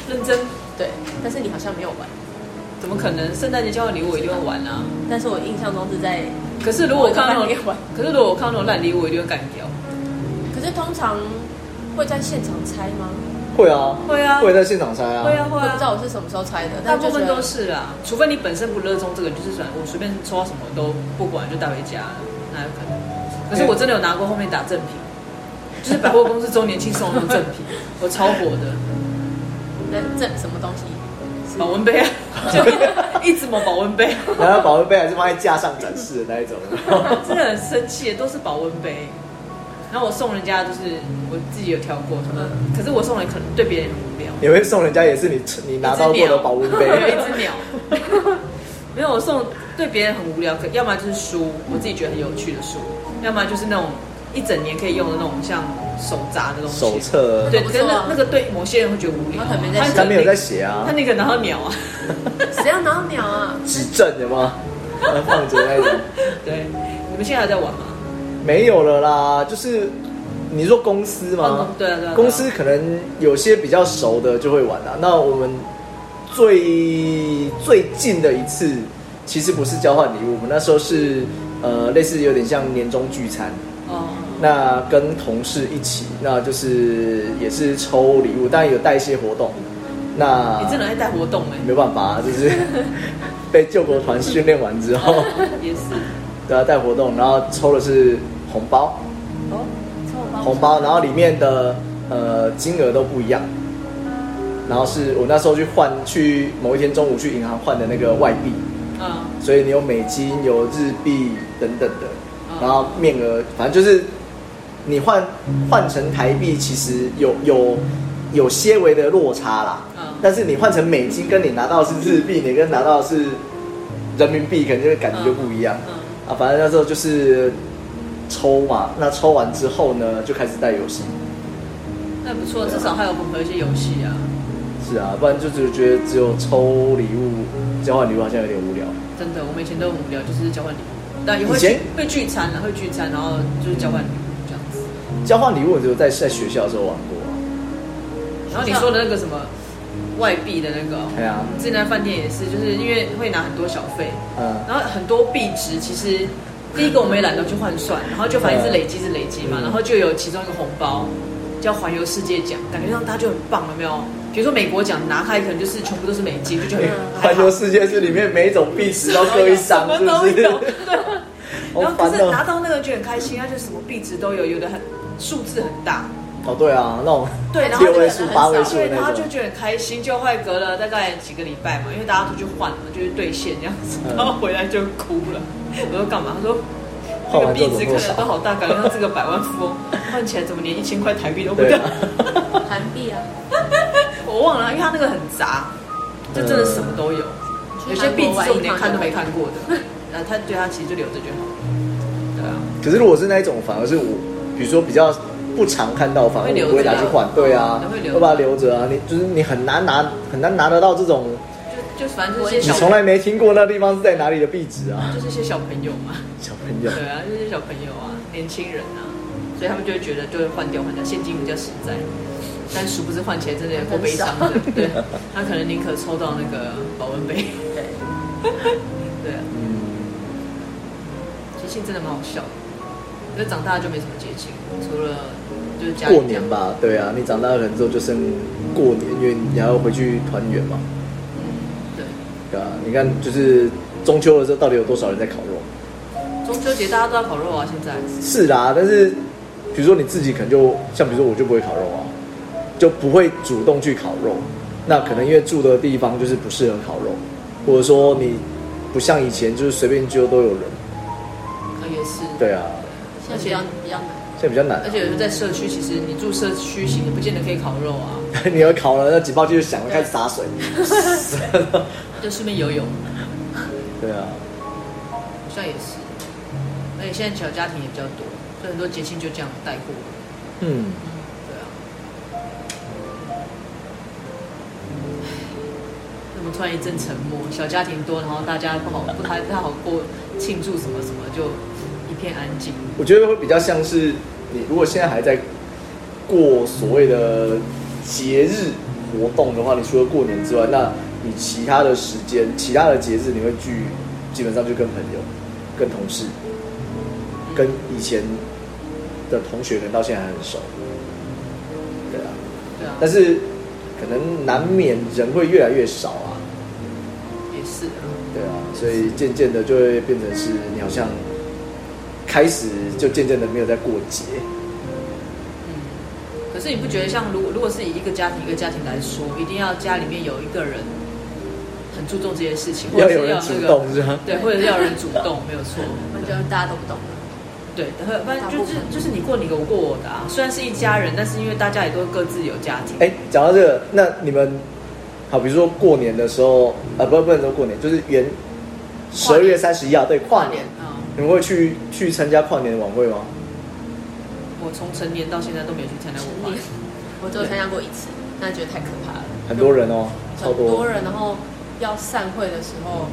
[SPEAKER 3] 认真
[SPEAKER 1] 对，但是你好像没有玩，
[SPEAKER 3] 怎么可能？圣诞节交换礼物我一定会玩 啊！
[SPEAKER 1] 但是我印象中是在
[SPEAKER 3] 可是如果我看到那
[SPEAKER 1] 我一定
[SPEAKER 3] 种
[SPEAKER 1] 会玩，
[SPEAKER 3] 可是如果我看到那种烂礼物，我一定会干掉。
[SPEAKER 1] 可是通常会在现场拆吗？
[SPEAKER 2] 会啊，
[SPEAKER 3] 会啊
[SPEAKER 2] 会在现场拆啊。
[SPEAKER 3] 会啊会
[SPEAKER 1] 我也不知道
[SPEAKER 3] 啊，
[SPEAKER 1] 我是什么时候拆的，
[SPEAKER 3] 大
[SPEAKER 1] 但就觉
[SPEAKER 3] 部
[SPEAKER 1] 得
[SPEAKER 3] 分都是啊，除非你本身不热衷这个，就是算我随便抽到什么都不管就带回家了，那有可能。可是我真的有拿过后面打赠品，就是百货公司周年庆送的那种赠 品，我超火的。
[SPEAKER 1] 那这什么东西？
[SPEAKER 3] 保温杯啊，就一直抹保温杯，
[SPEAKER 2] 然后保温杯还是放在架上展示的那一种。
[SPEAKER 3] 真的很生气，都是保温杯。然后我送人家就是我自己有挑过，
[SPEAKER 1] 嗯
[SPEAKER 3] 可是我送人可能对别人很无聊。
[SPEAKER 2] 也会送人家，也是你你拿到过的保 温杯
[SPEAKER 3] 有。一只鸟，没有我送对别人很无聊，可要么就是书，我自己觉得很有趣的书，要么就是那种一整年可以用的那种像手札的东西。
[SPEAKER 2] 手册，
[SPEAKER 3] 对，
[SPEAKER 1] 不
[SPEAKER 3] 可
[SPEAKER 1] 错啊
[SPEAKER 3] 是那那个对某些人会觉得无聊啊，
[SPEAKER 1] 他可能没在写
[SPEAKER 2] 他没有在
[SPEAKER 3] 写，
[SPEAKER 2] 写啊
[SPEAKER 3] 他，那个拿到鸟啊，
[SPEAKER 1] 谁要拿鸟啊？
[SPEAKER 2] 指正有吗？放着那种。
[SPEAKER 3] 对，你们现在还在玩吗？
[SPEAKER 2] 没有了啦，就是你说公司
[SPEAKER 3] 办
[SPEAKER 2] 吗
[SPEAKER 3] 公？对啊对啊对啊
[SPEAKER 2] 公司可能有些比较熟的就会玩啦。那我们最最近的一次，其实不是交换礼物，我们那时候是呃类似有点像年终聚餐，
[SPEAKER 3] 哦。
[SPEAKER 2] 那跟同事一起，那就是也是抽礼物，当然有带一些活动。那
[SPEAKER 3] 你真的爱带活动哎、
[SPEAKER 2] 没办法、啊，就是 被救国团训练完之 后，
[SPEAKER 3] 也是
[SPEAKER 2] 对啊，带活动，然后抽的是红包。
[SPEAKER 1] 哦，抽红包。
[SPEAKER 2] 红包，然后里面的呃金额都不一样。然后是我那时候去换，去某一天中午去银行换的那个外币，
[SPEAKER 3] 嗯，
[SPEAKER 2] 所以你有美金、有日币等等的
[SPEAKER 3] 哦，
[SPEAKER 2] 然后面额反正就是你换换成台币，其实有有有些微的落差啦。
[SPEAKER 3] 嗯
[SPEAKER 2] 但是你换成美金，跟你拿到的是日币，你跟拿到的是人民币，可能就会感觉就不一样。
[SPEAKER 3] 嗯，
[SPEAKER 2] 啊，反正那时候就是抽嘛，那抽完之后呢，就开始带游戏。
[SPEAKER 3] 那不错，至少还有混合一些游戏啊，
[SPEAKER 2] 是啊，不然就只觉得只有抽礼物、交换礼物好像有点无聊。
[SPEAKER 3] 真的，我们以前都很无聊，就是交换礼物，但也会
[SPEAKER 2] 以前
[SPEAKER 3] 会聚餐啊，会聚餐，然后就是交换礼物这样子。
[SPEAKER 2] 交换礼物我只有在在学校的时候玩过、啊。
[SPEAKER 3] 然后你说的那个什么外币的那个哦，
[SPEAKER 2] 对啊，
[SPEAKER 3] 之前在饭店也是，就是因为会拿很多小费，
[SPEAKER 2] 嗯，
[SPEAKER 3] 然后很多币值其实。第一个我们也懒得去换算，然后就反正是累积是累积嘛，
[SPEAKER 2] 嗯
[SPEAKER 3] 然后就有其中一个红包叫环游世界奖，感觉上大家就很棒，有没有？比如说美国奖拿开可能就是全部都是美金，就觉得很
[SPEAKER 2] 环球世界是里面每一种币值都各一张，
[SPEAKER 3] 嗯什
[SPEAKER 2] 是
[SPEAKER 3] 么
[SPEAKER 2] 不
[SPEAKER 3] 都
[SPEAKER 2] 是
[SPEAKER 3] 有，？对。
[SPEAKER 2] 好
[SPEAKER 3] 然后
[SPEAKER 2] 烦
[SPEAKER 3] 可是拿
[SPEAKER 2] 哦。
[SPEAKER 3] 到那个就很开心，它就什么币值都有，有的很数字很大，
[SPEAKER 2] 哦，对啊，那种
[SPEAKER 3] 对，然后
[SPEAKER 2] 六
[SPEAKER 3] 就
[SPEAKER 2] 位数
[SPEAKER 3] 很、
[SPEAKER 2] 八位数
[SPEAKER 3] 对，
[SPEAKER 2] 的
[SPEAKER 3] 然后
[SPEAKER 2] 那
[SPEAKER 3] 就
[SPEAKER 2] 种。
[SPEAKER 3] 觉得很开心，就快隔了大概几个礼拜嘛，因为大家都去换了，就是兑现这样子，
[SPEAKER 2] 嗯
[SPEAKER 3] 然后回来就哭了。我说干嘛？他说。这
[SPEAKER 2] 换
[SPEAKER 3] 个
[SPEAKER 2] 完
[SPEAKER 3] 币
[SPEAKER 2] 之后
[SPEAKER 3] 值
[SPEAKER 2] 怎么多
[SPEAKER 3] 看起
[SPEAKER 2] 少
[SPEAKER 3] 来都好大，感觉像是个百万 富翁，换起来怎么连一千块台币都不
[SPEAKER 2] 对
[SPEAKER 3] 到
[SPEAKER 2] 啊？
[SPEAKER 1] 韩币啊，
[SPEAKER 3] 我忘了，因为它那个很杂，就真的什么都有，
[SPEAKER 2] 嗯
[SPEAKER 3] 有些币值我们连看都没看过的。然后他对他其实就留着就好了，对啊。
[SPEAKER 2] 可是如果是那一种，反而是我，比如说比较不常看到，反而我不会拿去换。对啊
[SPEAKER 3] 会留着，啊
[SPEAKER 2] 我把它留着啊。你就是你很难拿，很难拿得到这种
[SPEAKER 3] 就就反正就是一
[SPEAKER 2] 你
[SPEAKER 3] 些小，
[SPEAKER 2] 从来没听过那地方是在哪里的币值啊，
[SPEAKER 3] 就是一些小朋友嘛，
[SPEAKER 2] 小朋友。
[SPEAKER 3] 对啊，就是一些小朋友啊，年轻人啊，所以他们就会觉得就会换掉换掉，现金比较实在，但殊不知换钱真的有够悲伤的
[SPEAKER 1] 很，
[SPEAKER 3] 对，他可能宁可抽到那个保温 杯，对， 对啊，
[SPEAKER 2] 嗯，
[SPEAKER 3] 节庆真的蛮好笑的，因为长大就没什么节庆，除了就是家里
[SPEAKER 2] 过年吧，对啊，你长大了之后就剩过年，因为你要回去团圆嘛。
[SPEAKER 3] 这样，
[SPEAKER 2] 对啊，你看就是中秋的时候，到底有多少人在烤肉？
[SPEAKER 3] 对，中秋节大家都在烤肉啊，现在
[SPEAKER 2] 是啦，但是比如说你自己可能就像比如说我就不会烤肉啊，就不会主动去烤肉。那可能因为住的地方就是不适合烤肉，或者说你不像以前就是随便揪都有人。
[SPEAKER 3] 啊也是，
[SPEAKER 2] 对啊，
[SPEAKER 1] 现在比较比较难，
[SPEAKER 2] 现在比较难啊
[SPEAKER 3] 而。且有时候在社区，其实你住社区型的，不见得可以烤肉啊，
[SPEAKER 2] 你要烤了，那警报器就响了，开始洒水。
[SPEAKER 3] 就顺便游泳。
[SPEAKER 2] 对啊，
[SPEAKER 3] 好像也是，而且现在小家庭也比较多，所以很多节庆就这样带过。
[SPEAKER 2] 嗯，
[SPEAKER 3] 对啊。怎么突然一阵沉默？小家庭多，然后大家不好不太不太好过庆祝什么什么，就一片安静。
[SPEAKER 2] 我觉得会比较像是你如果现在还在过所谓的节日活动的话，你除了过年之外，那你其他的时间、其他的节日，你会聚，基本上就跟朋友、跟同事、跟以前的同学，可能到现在还很熟。对啊，
[SPEAKER 3] 对啊，
[SPEAKER 2] 但是可能难免人会越来越少啊。
[SPEAKER 3] 也是啊，
[SPEAKER 2] 对啊，所以渐渐的就会变成是你好像开始就渐渐的没有在过节，
[SPEAKER 3] 嗯。可是你不觉得像如果如果是以一个家庭一个家庭来说，一定要家里面有一个人很注重这些事情，或
[SPEAKER 2] 要
[SPEAKER 3] 者是
[SPEAKER 2] 有人主
[SPEAKER 3] 那个
[SPEAKER 2] 动是吗？
[SPEAKER 3] 对，或者是要有人主动，没有错。
[SPEAKER 1] 我觉得大家都不懂。
[SPEAKER 3] 对，呃然后反正
[SPEAKER 1] 大
[SPEAKER 3] 就
[SPEAKER 1] 部
[SPEAKER 3] 是
[SPEAKER 1] 分
[SPEAKER 3] 就是你过你的，我过我的啊。虽然是一家人，但是因为大家也都各自有家庭，
[SPEAKER 2] 嗯哎，讲到这个，那你们好，比如说过年的时候，啊，不不能说过年，就是元十二月三十一啊，对，跨年，
[SPEAKER 3] 啊、
[SPEAKER 2] 你们会去去参加跨年晚会吗？
[SPEAKER 3] 我从成年到现在都没有去参加过跨年，
[SPEAKER 1] 我只有参加过一次，但觉得太可怕了，
[SPEAKER 2] 很多人哦，超
[SPEAKER 1] 很多人，然后要散会的时候，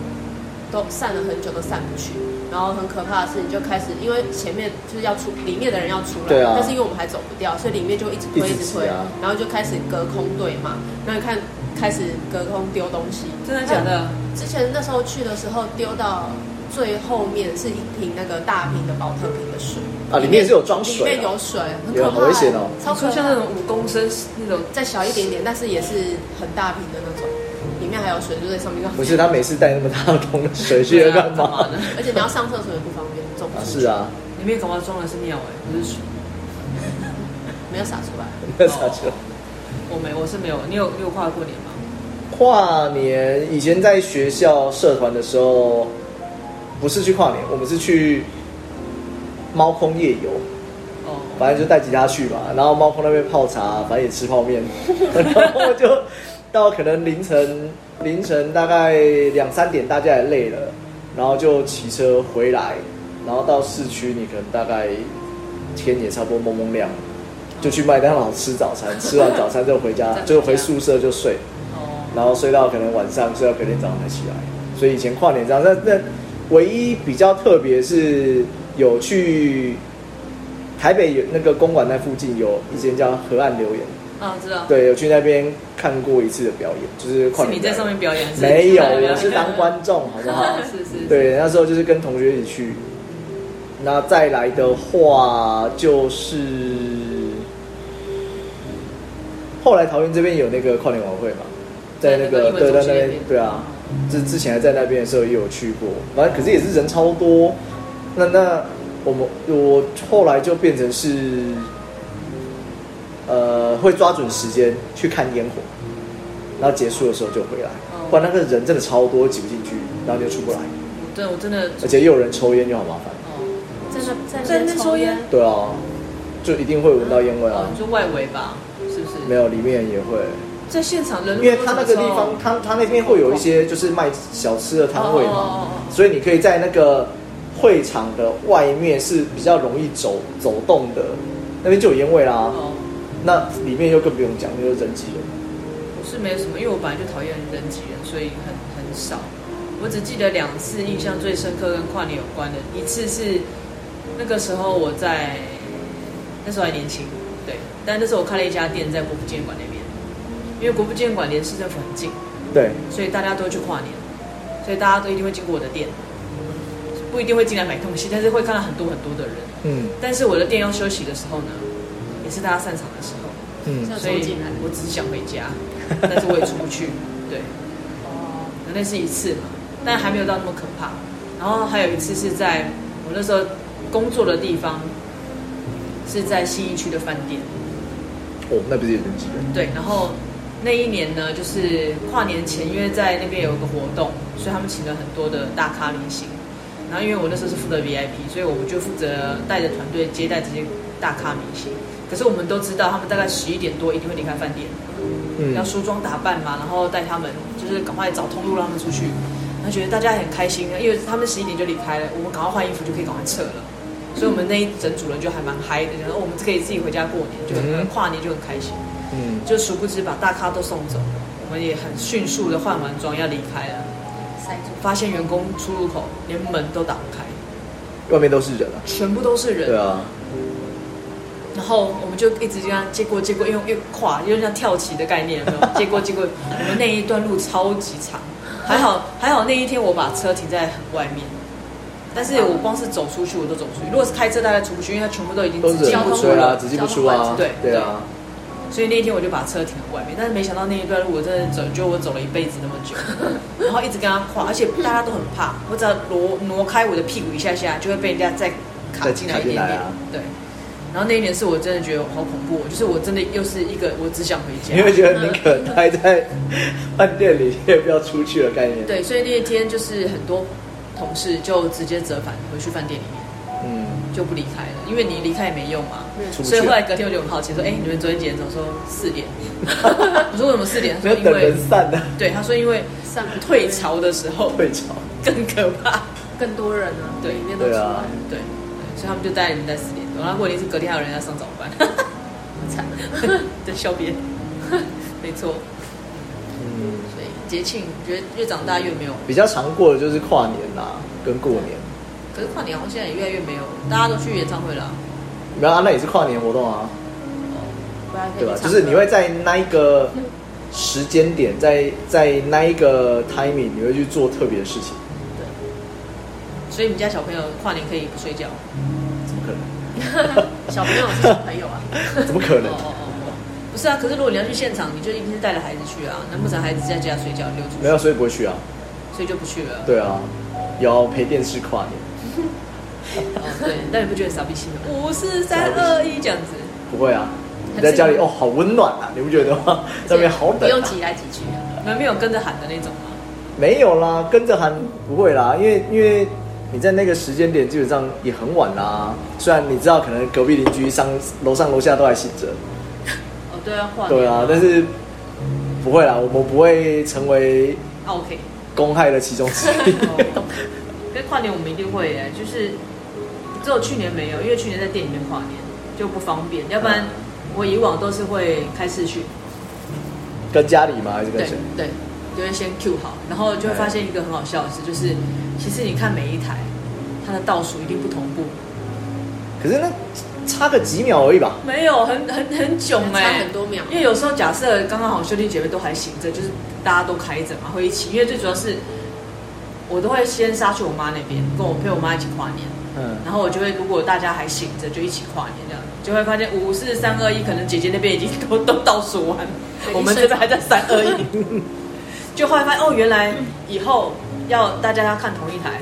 [SPEAKER 1] 都散了很久都散不去，然后很可怕的是，你就开始因为前面就是要出，里面的人要出来，
[SPEAKER 2] 对啊
[SPEAKER 1] 但是因为我们还走不掉，所以里面就一直推
[SPEAKER 2] 一直
[SPEAKER 1] 直推，
[SPEAKER 2] 挤啊
[SPEAKER 1] 然后就开始隔空对嘛，然后你看开始隔空丢东西，
[SPEAKER 3] 真的假的？
[SPEAKER 1] 之前那时候去的时候丢到最后面是一瓶那个大瓶的保特瓶的水
[SPEAKER 2] 啊里面是有装水
[SPEAKER 1] 里面
[SPEAKER 2] 啊
[SPEAKER 1] 有水，很
[SPEAKER 2] 有
[SPEAKER 1] 可怕欸
[SPEAKER 2] 好危险哦
[SPEAKER 1] 超可
[SPEAKER 3] 说
[SPEAKER 1] 怕
[SPEAKER 3] 像那种五公升那种，
[SPEAKER 1] 再小一点点，但是也是很大瓶的那种，里面还有水就在上面。
[SPEAKER 2] 不是他每次带那么大的桶水去
[SPEAKER 3] 对啊
[SPEAKER 2] 干
[SPEAKER 3] 干嘛
[SPEAKER 2] 嘛？
[SPEAKER 3] 呢？
[SPEAKER 1] 而且你要上厕所也不方便，走不
[SPEAKER 2] 啊，
[SPEAKER 1] 出去
[SPEAKER 2] 是，啊，
[SPEAKER 3] 里面搞不好装的是尿哎、不是水。
[SPEAKER 1] 没有洒出来。
[SPEAKER 2] 那啥去了。
[SPEAKER 3] 我没，我是没有。你有你有跨过年吗？
[SPEAKER 2] 跨年以前在学校社团的时候，不是去跨年，我们是去猫空夜游，
[SPEAKER 3] 哦，
[SPEAKER 2] 反正就带吉他去嘛，然后猫空那边泡茶，反正也吃泡面，然后就到可能凌晨凌晨大概两三点，大家也累了，然后就骑车回来，然后到市区，你可能大概天也差不多蒙蒙亮了，就去麦当劳吃早餐，吃完 早餐就回家
[SPEAKER 1] 再回，家
[SPEAKER 2] 就回宿舍就睡，
[SPEAKER 3] 哦，
[SPEAKER 2] 然后睡到可能晚上，睡到隔天早上才起来。所以以前跨年这样，那那唯一比较特别是有去台北有那个公馆那附近有一间叫河岸留言，
[SPEAKER 3] 啊，知道。
[SPEAKER 2] 对，有去那边看过一次的表演，就是跨
[SPEAKER 3] 是
[SPEAKER 2] 年
[SPEAKER 3] 你在
[SPEAKER 2] 表
[SPEAKER 3] 上
[SPEAKER 2] 演
[SPEAKER 3] 面表演？是
[SPEAKER 2] 没有，
[SPEAKER 3] 你在
[SPEAKER 2] 我
[SPEAKER 3] 上
[SPEAKER 2] 是
[SPEAKER 3] 面表
[SPEAKER 2] 当
[SPEAKER 3] 演
[SPEAKER 2] 观众，好不好
[SPEAKER 3] 哦？ 是是，是，
[SPEAKER 2] 对，那时候就是跟同学一起去。那再来的话就是，后来桃园这边有那个跨年晚会嘛，在那个
[SPEAKER 3] 在那个
[SPEAKER 2] 对，
[SPEAKER 3] 英文中
[SPEAKER 2] 在
[SPEAKER 3] 心
[SPEAKER 2] 那边
[SPEAKER 3] 那边
[SPEAKER 2] 对啊，之之前还在那边的时候也有去过，反正可是也是人超多。那那我们我后来就变成是，呃，会抓准时间去看烟火，然后结束的时候就回来
[SPEAKER 3] 哦，
[SPEAKER 2] 不然那个人真的超多，挤不进去，然后就出不来。
[SPEAKER 3] 我对我真的
[SPEAKER 2] 而且又有人抽烟就好麻烦。
[SPEAKER 3] 哦，
[SPEAKER 1] 在那
[SPEAKER 3] 在那边抽烟
[SPEAKER 2] 对啊，就一定会闻到烟味啊
[SPEAKER 3] 哦，。你说外围吧，是不是？
[SPEAKER 2] 没有，里面也会，
[SPEAKER 3] 在现场人，
[SPEAKER 2] 因为它那个地方，它它那边会有一些就是卖小吃的摊位
[SPEAKER 3] 哦
[SPEAKER 2] 嘛
[SPEAKER 3] 哦哦，哦
[SPEAKER 2] 所以你可以在那个会场的外面是比较容易走走动的，那边就有烟味啦。
[SPEAKER 3] 哦，
[SPEAKER 2] 那里面又更不用讲，因为人挤人。
[SPEAKER 3] 我是没有什么，因为我本来就讨厌人挤人，所以很很少。我只记得两次印象最深刻跟跨年有关的，一次是那个时候我在那时候还年轻，对，但那时候我开了一家店在国父纪念馆那边，因为国父纪念馆离市政府很近，
[SPEAKER 2] 对，
[SPEAKER 3] 所以大家都会去跨年，所以大家都一定会经过我的店，不一定会进来买东西，但是会看到很多很多的人。
[SPEAKER 2] 嗯
[SPEAKER 3] 但是我的店要休息的时候呢，也是大家散场的时候，
[SPEAKER 2] 嗯
[SPEAKER 1] 要走
[SPEAKER 3] 所以
[SPEAKER 1] 进来
[SPEAKER 3] 我只是想回家，但是我也出不去， 对，
[SPEAKER 1] 哦
[SPEAKER 3] 那是一次嘛，但还没有到那么可怕。然后还有一次是在我那时候工作的地方，是在新一区的饭店，
[SPEAKER 2] 哦，那不是也人挤人？
[SPEAKER 3] 对，然后那一年呢，就是跨年前，因为在那边有一个活动，所以他们请了很多的大咖明星。然后因为我那时候是负责 VIP，所以我们就负责带着团队接待这些大咖明星。可是我们都知道，他们大概十一点多一定会离开饭店，要
[SPEAKER 2] 嗯，
[SPEAKER 3] 梳妆打扮嘛，然后带他们就是赶快找通路让他们出去。然后觉得大家也很开心，因为他们十一点就离开了，我们赶快换衣服就可以赶快撤了。所以我们那一整组人就还蛮嗨的，然后我们可以自己回家过年，就很、
[SPEAKER 2] 嗯
[SPEAKER 3] 跨年就很开心。
[SPEAKER 2] 嗯，
[SPEAKER 3] 就殊不知把大咖都送走，我们也很迅速的换完妆要离开了，
[SPEAKER 1] 塞住
[SPEAKER 3] 发现员工出入口连门都打不开，
[SPEAKER 2] 外面都是人啊。
[SPEAKER 3] 全部都是人。
[SPEAKER 2] 对啊，
[SPEAKER 3] 然后我们就一直这样接过接过，因为因为跨，因为像跳棋的概念，有没有接过接过。我们那一段路超级长，还好还好那一天我把车停在很外面，但是我光是走出去我都走不出去，如果是开车大概出不去，因为它全部都已经
[SPEAKER 2] 都是
[SPEAKER 3] 进
[SPEAKER 2] 人
[SPEAKER 3] 不
[SPEAKER 2] 不
[SPEAKER 3] 出
[SPEAKER 2] 吹啊，
[SPEAKER 3] 了。
[SPEAKER 2] 只进不出啊。
[SPEAKER 3] 对
[SPEAKER 2] 对啊，
[SPEAKER 3] 所以那一天我就把车停在外面，但是没想到那一段路我真的走，就我走了一辈子那么 久，然后一直跟他跨，而且大家都很怕，我只要挪挪开我的屁股一下下，就会被人家再卡进来一
[SPEAKER 2] 再卡进
[SPEAKER 3] 点
[SPEAKER 2] 来
[SPEAKER 3] 点
[SPEAKER 2] 啊。
[SPEAKER 3] 对，然后那一年是我真的觉得好恐怖哦，就是我真的又是一个我只想回
[SPEAKER 2] 你
[SPEAKER 3] 家。
[SPEAKER 2] 会觉得宁可待在饭店里，也不要出去的概念。
[SPEAKER 3] 对，所以那一天就是很多同事就直接折返回去饭店里面，
[SPEAKER 2] 嗯，
[SPEAKER 3] 就不离开了，因为你离开也没用嘛。
[SPEAKER 2] 出不
[SPEAKER 3] 所以
[SPEAKER 2] 去
[SPEAKER 3] 后
[SPEAKER 2] 啊。
[SPEAKER 3] 来隔天我就很好奇说，哎、你们昨天几点走？说四 点。我说为什么四点？他
[SPEAKER 2] 没
[SPEAKER 3] 说
[SPEAKER 2] 有
[SPEAKER 3] 因
[SPEAKER 2] 等
[SPEAKER 3] 为
[SPEAKER 2] 人散啊的
[SPEAKER 3] 对，他说因为
[SPEAKER 1] 上
[SPEAKER 3] 退潮的时候
[SPEAKER 2] 退潮，
[SPEAKER 3] 更可怕。
[SPEAKER 1] 更多人啊，
[SPEAKER 3] 对
[SPEAKER 1] 里面都出
[SPEAKER 2] 对
[SPEAKER 1] 来
[SPEAKER 2] 啊
[SPEAKER 1] 了，
[SPEAKER 3] 对，所以他们就带人在四点多，然后过年是隔天还有人要上早班，
[SPEAKER 1] 惨。
[SPEAKER 3] 在笑边。没错，
[SPEAKER 2] 嗯，
[SPEAKER 3] 所以节庆，我觉得越长大越没有。
[SPEAKER 2] 比较常过的就是跨年啦、跟过年。
[SPEAKER 3] 可是跨年好像现在也越来越没有，大家都去演唱会了啊、
[SPEAKER 2] 然后、啊、那也是跨年活动啊，
[SPEAKER 1] 不然可以
[SPEAKER 2] 对吧？啊
[SPEAKER 1] 去
[SPEAKER 2] 就
[SPEAKER 1] 唱
[SPEAKER 2] 是你
[SPEAKER 1] 歌
[SPEAKER 2] 会在那一个时间点，在在那一个 timing，你会去做特别的 事情，
[SPEAKER 3] 所以你们家小朋友跨年可以不睡觉？
[SPEAKER 2] 怎么可能？
[SPEAKER 1] 小朋友是小朋 友啊，
[SPEAKER 2] 怎么可
[SPEAKER 3] 哦
[SPEAKER 2] 能？
[SPEAKER 3] 哦哦哦，不是啊，可是如果你要去现场，你就一定是带着孩子去啊，难不成孩子在家睡觉溜出去？
[SPEAKER 2] 没有，，所以不会去啊。
[SPEAKER 3] 所以就不去了。
[SPEAKER 2] 对啊，有陪电视跨年，
[SPEAKER 3] 哦对，但你不觉得很傻逼心吗？五四三二一这样子，
[SPEAKER 2] 不会啊。你在家里哦，好温暖啊，你不觉得吗？在那边好
[SPEAKER 1] 不
[SPEAKER 2] 冷、
[SPEAKER 1] 用
[SPEAKER 2] 啊。
[SPEAKER 1] 挤来挤去啊，
[SPEAKER 3] 你们没有跟着喊的那种吗？
[SPEAKER 2] 没有啦，跟着喊不会啦，因为因为你在那个时间点基本上也很晚啦。虽然你知道可能隔壁邻居上楼上楼下都还醒着，
[SPEAKER 3] 哦，对啊，跨年
[SPEAKER 2] 对啊，但是不会啦，我们不会成为
[SPEAKER 3] 啊 OK。
[SPEAKER 2] 公害的其中之 一。
[SPEAKER 3] 哦跟跨年我们一定会哎，就是只有去年没有，因为去年在店里面跨年就不方便，要不然我以往都是会开视讯，
[SPEAKER 2] 跟家里吗？还是跟
[SPEAKER 3] 对
[SPEAKER 2] 谁？
[SPEAKER 3] 对，就会先 Q 好，然后就会发现一个很好笑的事，就是其实你看每一台，它的倒数一定不同步，
[SPEAKER 2] 可是那差个几秒而已吧。
[SPEAKER 3] 没有很很很囧
[SPEAKER 1] 差
[SPEAKER 3] 哎，
[SPEAKER 1] 很多秒
[SPEAKER 3] 因为有时候假设刚刚好兄弟姐妹都还醒着，就是大家都开着嘛，会一起，因为最主要是我都会先杀去我妈那边，跟我陪我妈一起跨年。
[SPEAKER 2] 嗯，
[SPEAKER 3] 然后我就会，如果大家还醒着，就一起跨年这样，就会发现五四三二一，可能姐姐那边已经都都倒数完，我们这边还在三二一，就后来发现哦，原来以后要大家要看同一台，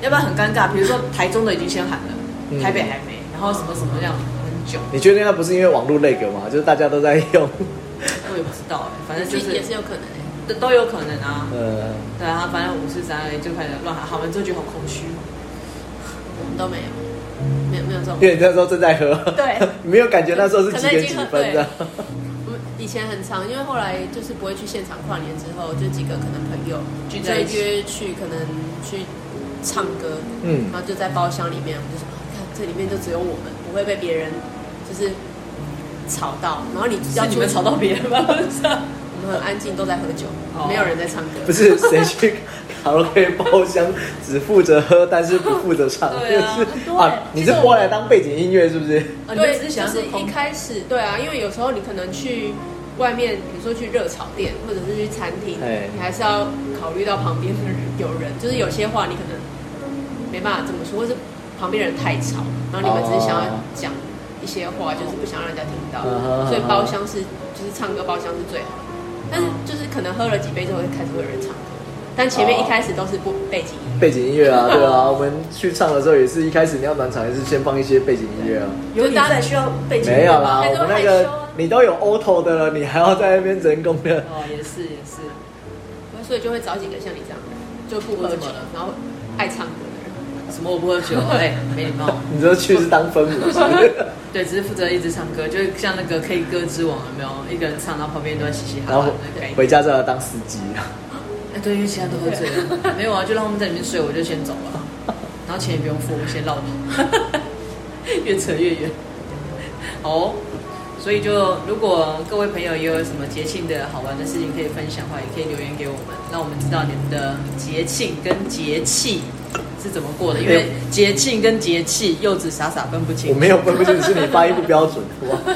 [SPEAKER 3] 要不然很尴尬。比如说台中的已经先喊
[SPEAKER 2] 嗯
[SPEAKER 3] 了，台北还没，然后什么什么这样很久，
[SPEAKER 2] 你确定那不是因为网络那个吗？就是大家都在用，
[SPEAKER 3] 我也不知道哎、反
[SPEAKER 1] 也
[SPEAKER 3] 正就是是
[SPEAKER 1] 也是有可能欸
[SPEAKER 3] 都都有可能啊。
[SPEAKER 1] 嗯
[SPEAKER 2] 呃，
[SPEAKER 3] 对啊，反正五四三二一就开始乱喊，喊完之后觉得好空虚哦。
[SPEAKER 1] 我们都没有，没有没有这种。
[SPEAKER 2] 因为你那时候正在喝，
[SPEAKER 1] 对，
[SPEAKER 2] 没有感觉那时候是几点几
[SPEAKER 1] 可能
[SPEAKER 2] 分
[SPEAKER 1] 已经
[SPEAKER 2] 这样。
[SPEAKER 1] 我们以前很常，因为后来就是不会去现场跨年，之后就几个可能朋友
[SPEAKER 3] 聚
[SPEAKER 1] 就
[SPEAKER 3] 在
[SPEAKER 1] 会
[SPEAKER 3] 一起
[SPEAKER 1] 约去，可能去唱歌，
[SPEAKER 2] 嗯
[SPEAKER 1] 然后就在包厢里面，我们就说，啊看这里面就只有我们，不会被别人就是吵到。然后你要
[SPEAKER 3] 是你们
[SPEAKER 1] 注意
[SPEAKER 3] 吵到，别 人吗？不知道
[SPEAKER 1] 我们很安静，都在喝酒
[SPEAKER 3] 哦，
[SPEAKER 1] 没有人在唱歌。
[SPEAKER 2] 不是谁去卡拉 OK 包厢只负责喝，但是不负责唱，
[SPEAKER 3] 对啊
[SPEAKER 2] 就是
[SPEAKER 1] 对
[SPEAKER 2] 啊，你是播来当背景音乐是 不是？
[SPEAKER 3] 哦你们
[SPEAKER 1] 对，
[SPEAKER 3] 只是想要
[SPEAKER 1] 就是
[SPEAKER 3] 说空
[SPEAKER 1] 一开始对啊，因为有时候你可能去外面，比如说去热炒店或者是去餐厅
[SPEAKER 2] 哎，
[SPEAKER 1] 你还是要考虑到旁边的人有人，就是有些话你可能没办法这么说，或是旁边人太吵，然后你们只是想要
[SPEAKER 2] 哦
[SPEAKER 1] 讲一些话，就是不想让人家听到
[SPEAKER 2] 嗯哼，
[SPEAKER 1] 所以包厢是就是唱歌包厢是最好的，但是
[SPEAKER 3] 嗯
[SPEAKER 1] 就是可能喝了几杯之后会开始会有人唱歌，但前
[SPEAKER 3] 哦
[SPEAKER 1] 面一开始都是不背景音乐，
[SPEAKER 2] 背景音乐啊，对啊，我们去唱的时候也是一开始你要暖场也是先放一些背景音乐啊，
[SPEAKER 3] 有你在需要背景音
[SPEAKER 2] 没
[SPEAKER 3] 乐
[SPEAKER 2] 有啦，
[SPEAKER 3] 吗
[SPEAKER 1] 还
[SPEAKER 2] 我
[SPEAKER 1] 是会
[SPEAKER 2] 们那
[SPEAKER 1] 害
[SPEAKER 2] 个
[SPEAKER 1] 羞啊
[SPEAKER 2] 你都有 auto 的了，你还要在那边人工的，
[SPEAKER 3] 哦，也是也是，
[SPEAKER 1] 所以就会找几个像你这样的人就不喝
[SPEAKER 3] 我怎
[SPEAKER 1] 酒
[SPEAKER 3] 么了，
[SPEAKER 1] 然后爱唱歌的人。
[SPEAKER 3] 什么我不 喝酒，哎、没礼貌。
[SPEAKER 2] 你这去是当分母是 不是？
[SPEAKER 3] 对，只是负责一直唱歌，就像那个 K 歌之王有没有？一个人唱，然后旁边都在嘻嘻哈
[SPEAKER 2] 然后
[SPEAKER 3] 哈的概念。
[SPEAKER 2] 回家之后要当司机啊，
[SPEAKER 3] 哎，对，因为其他都喝醉了，没有啊，就让他们在里面睡，我就先走了，然后钱也不用付，我先绕你， 越扯越远。好哦、所以就如果各位朋友也有什么节庆的好玩的事情可以分享的话，也可以留言给我们，让我们知道你们的节庆跟节气是怎么过的，因为节庆跟节气柚子傻傻分不清。
[SPEAKER 2] 我没有分不清，是你发音不标准，好不好？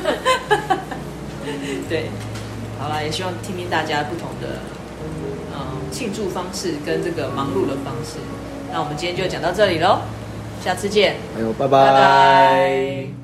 [SPEAKER 3] 对，好啦，也希望听听大家不同的嗯庆祝方式跟这个忙碌的方式。那我们今天就讲到这里喽，下次见，
[SPEAKER 2] 哎呦，拜
[SPEAKER 3] 拜
[SPEAKER 2] 拜
[SPEAKER 3] 拜。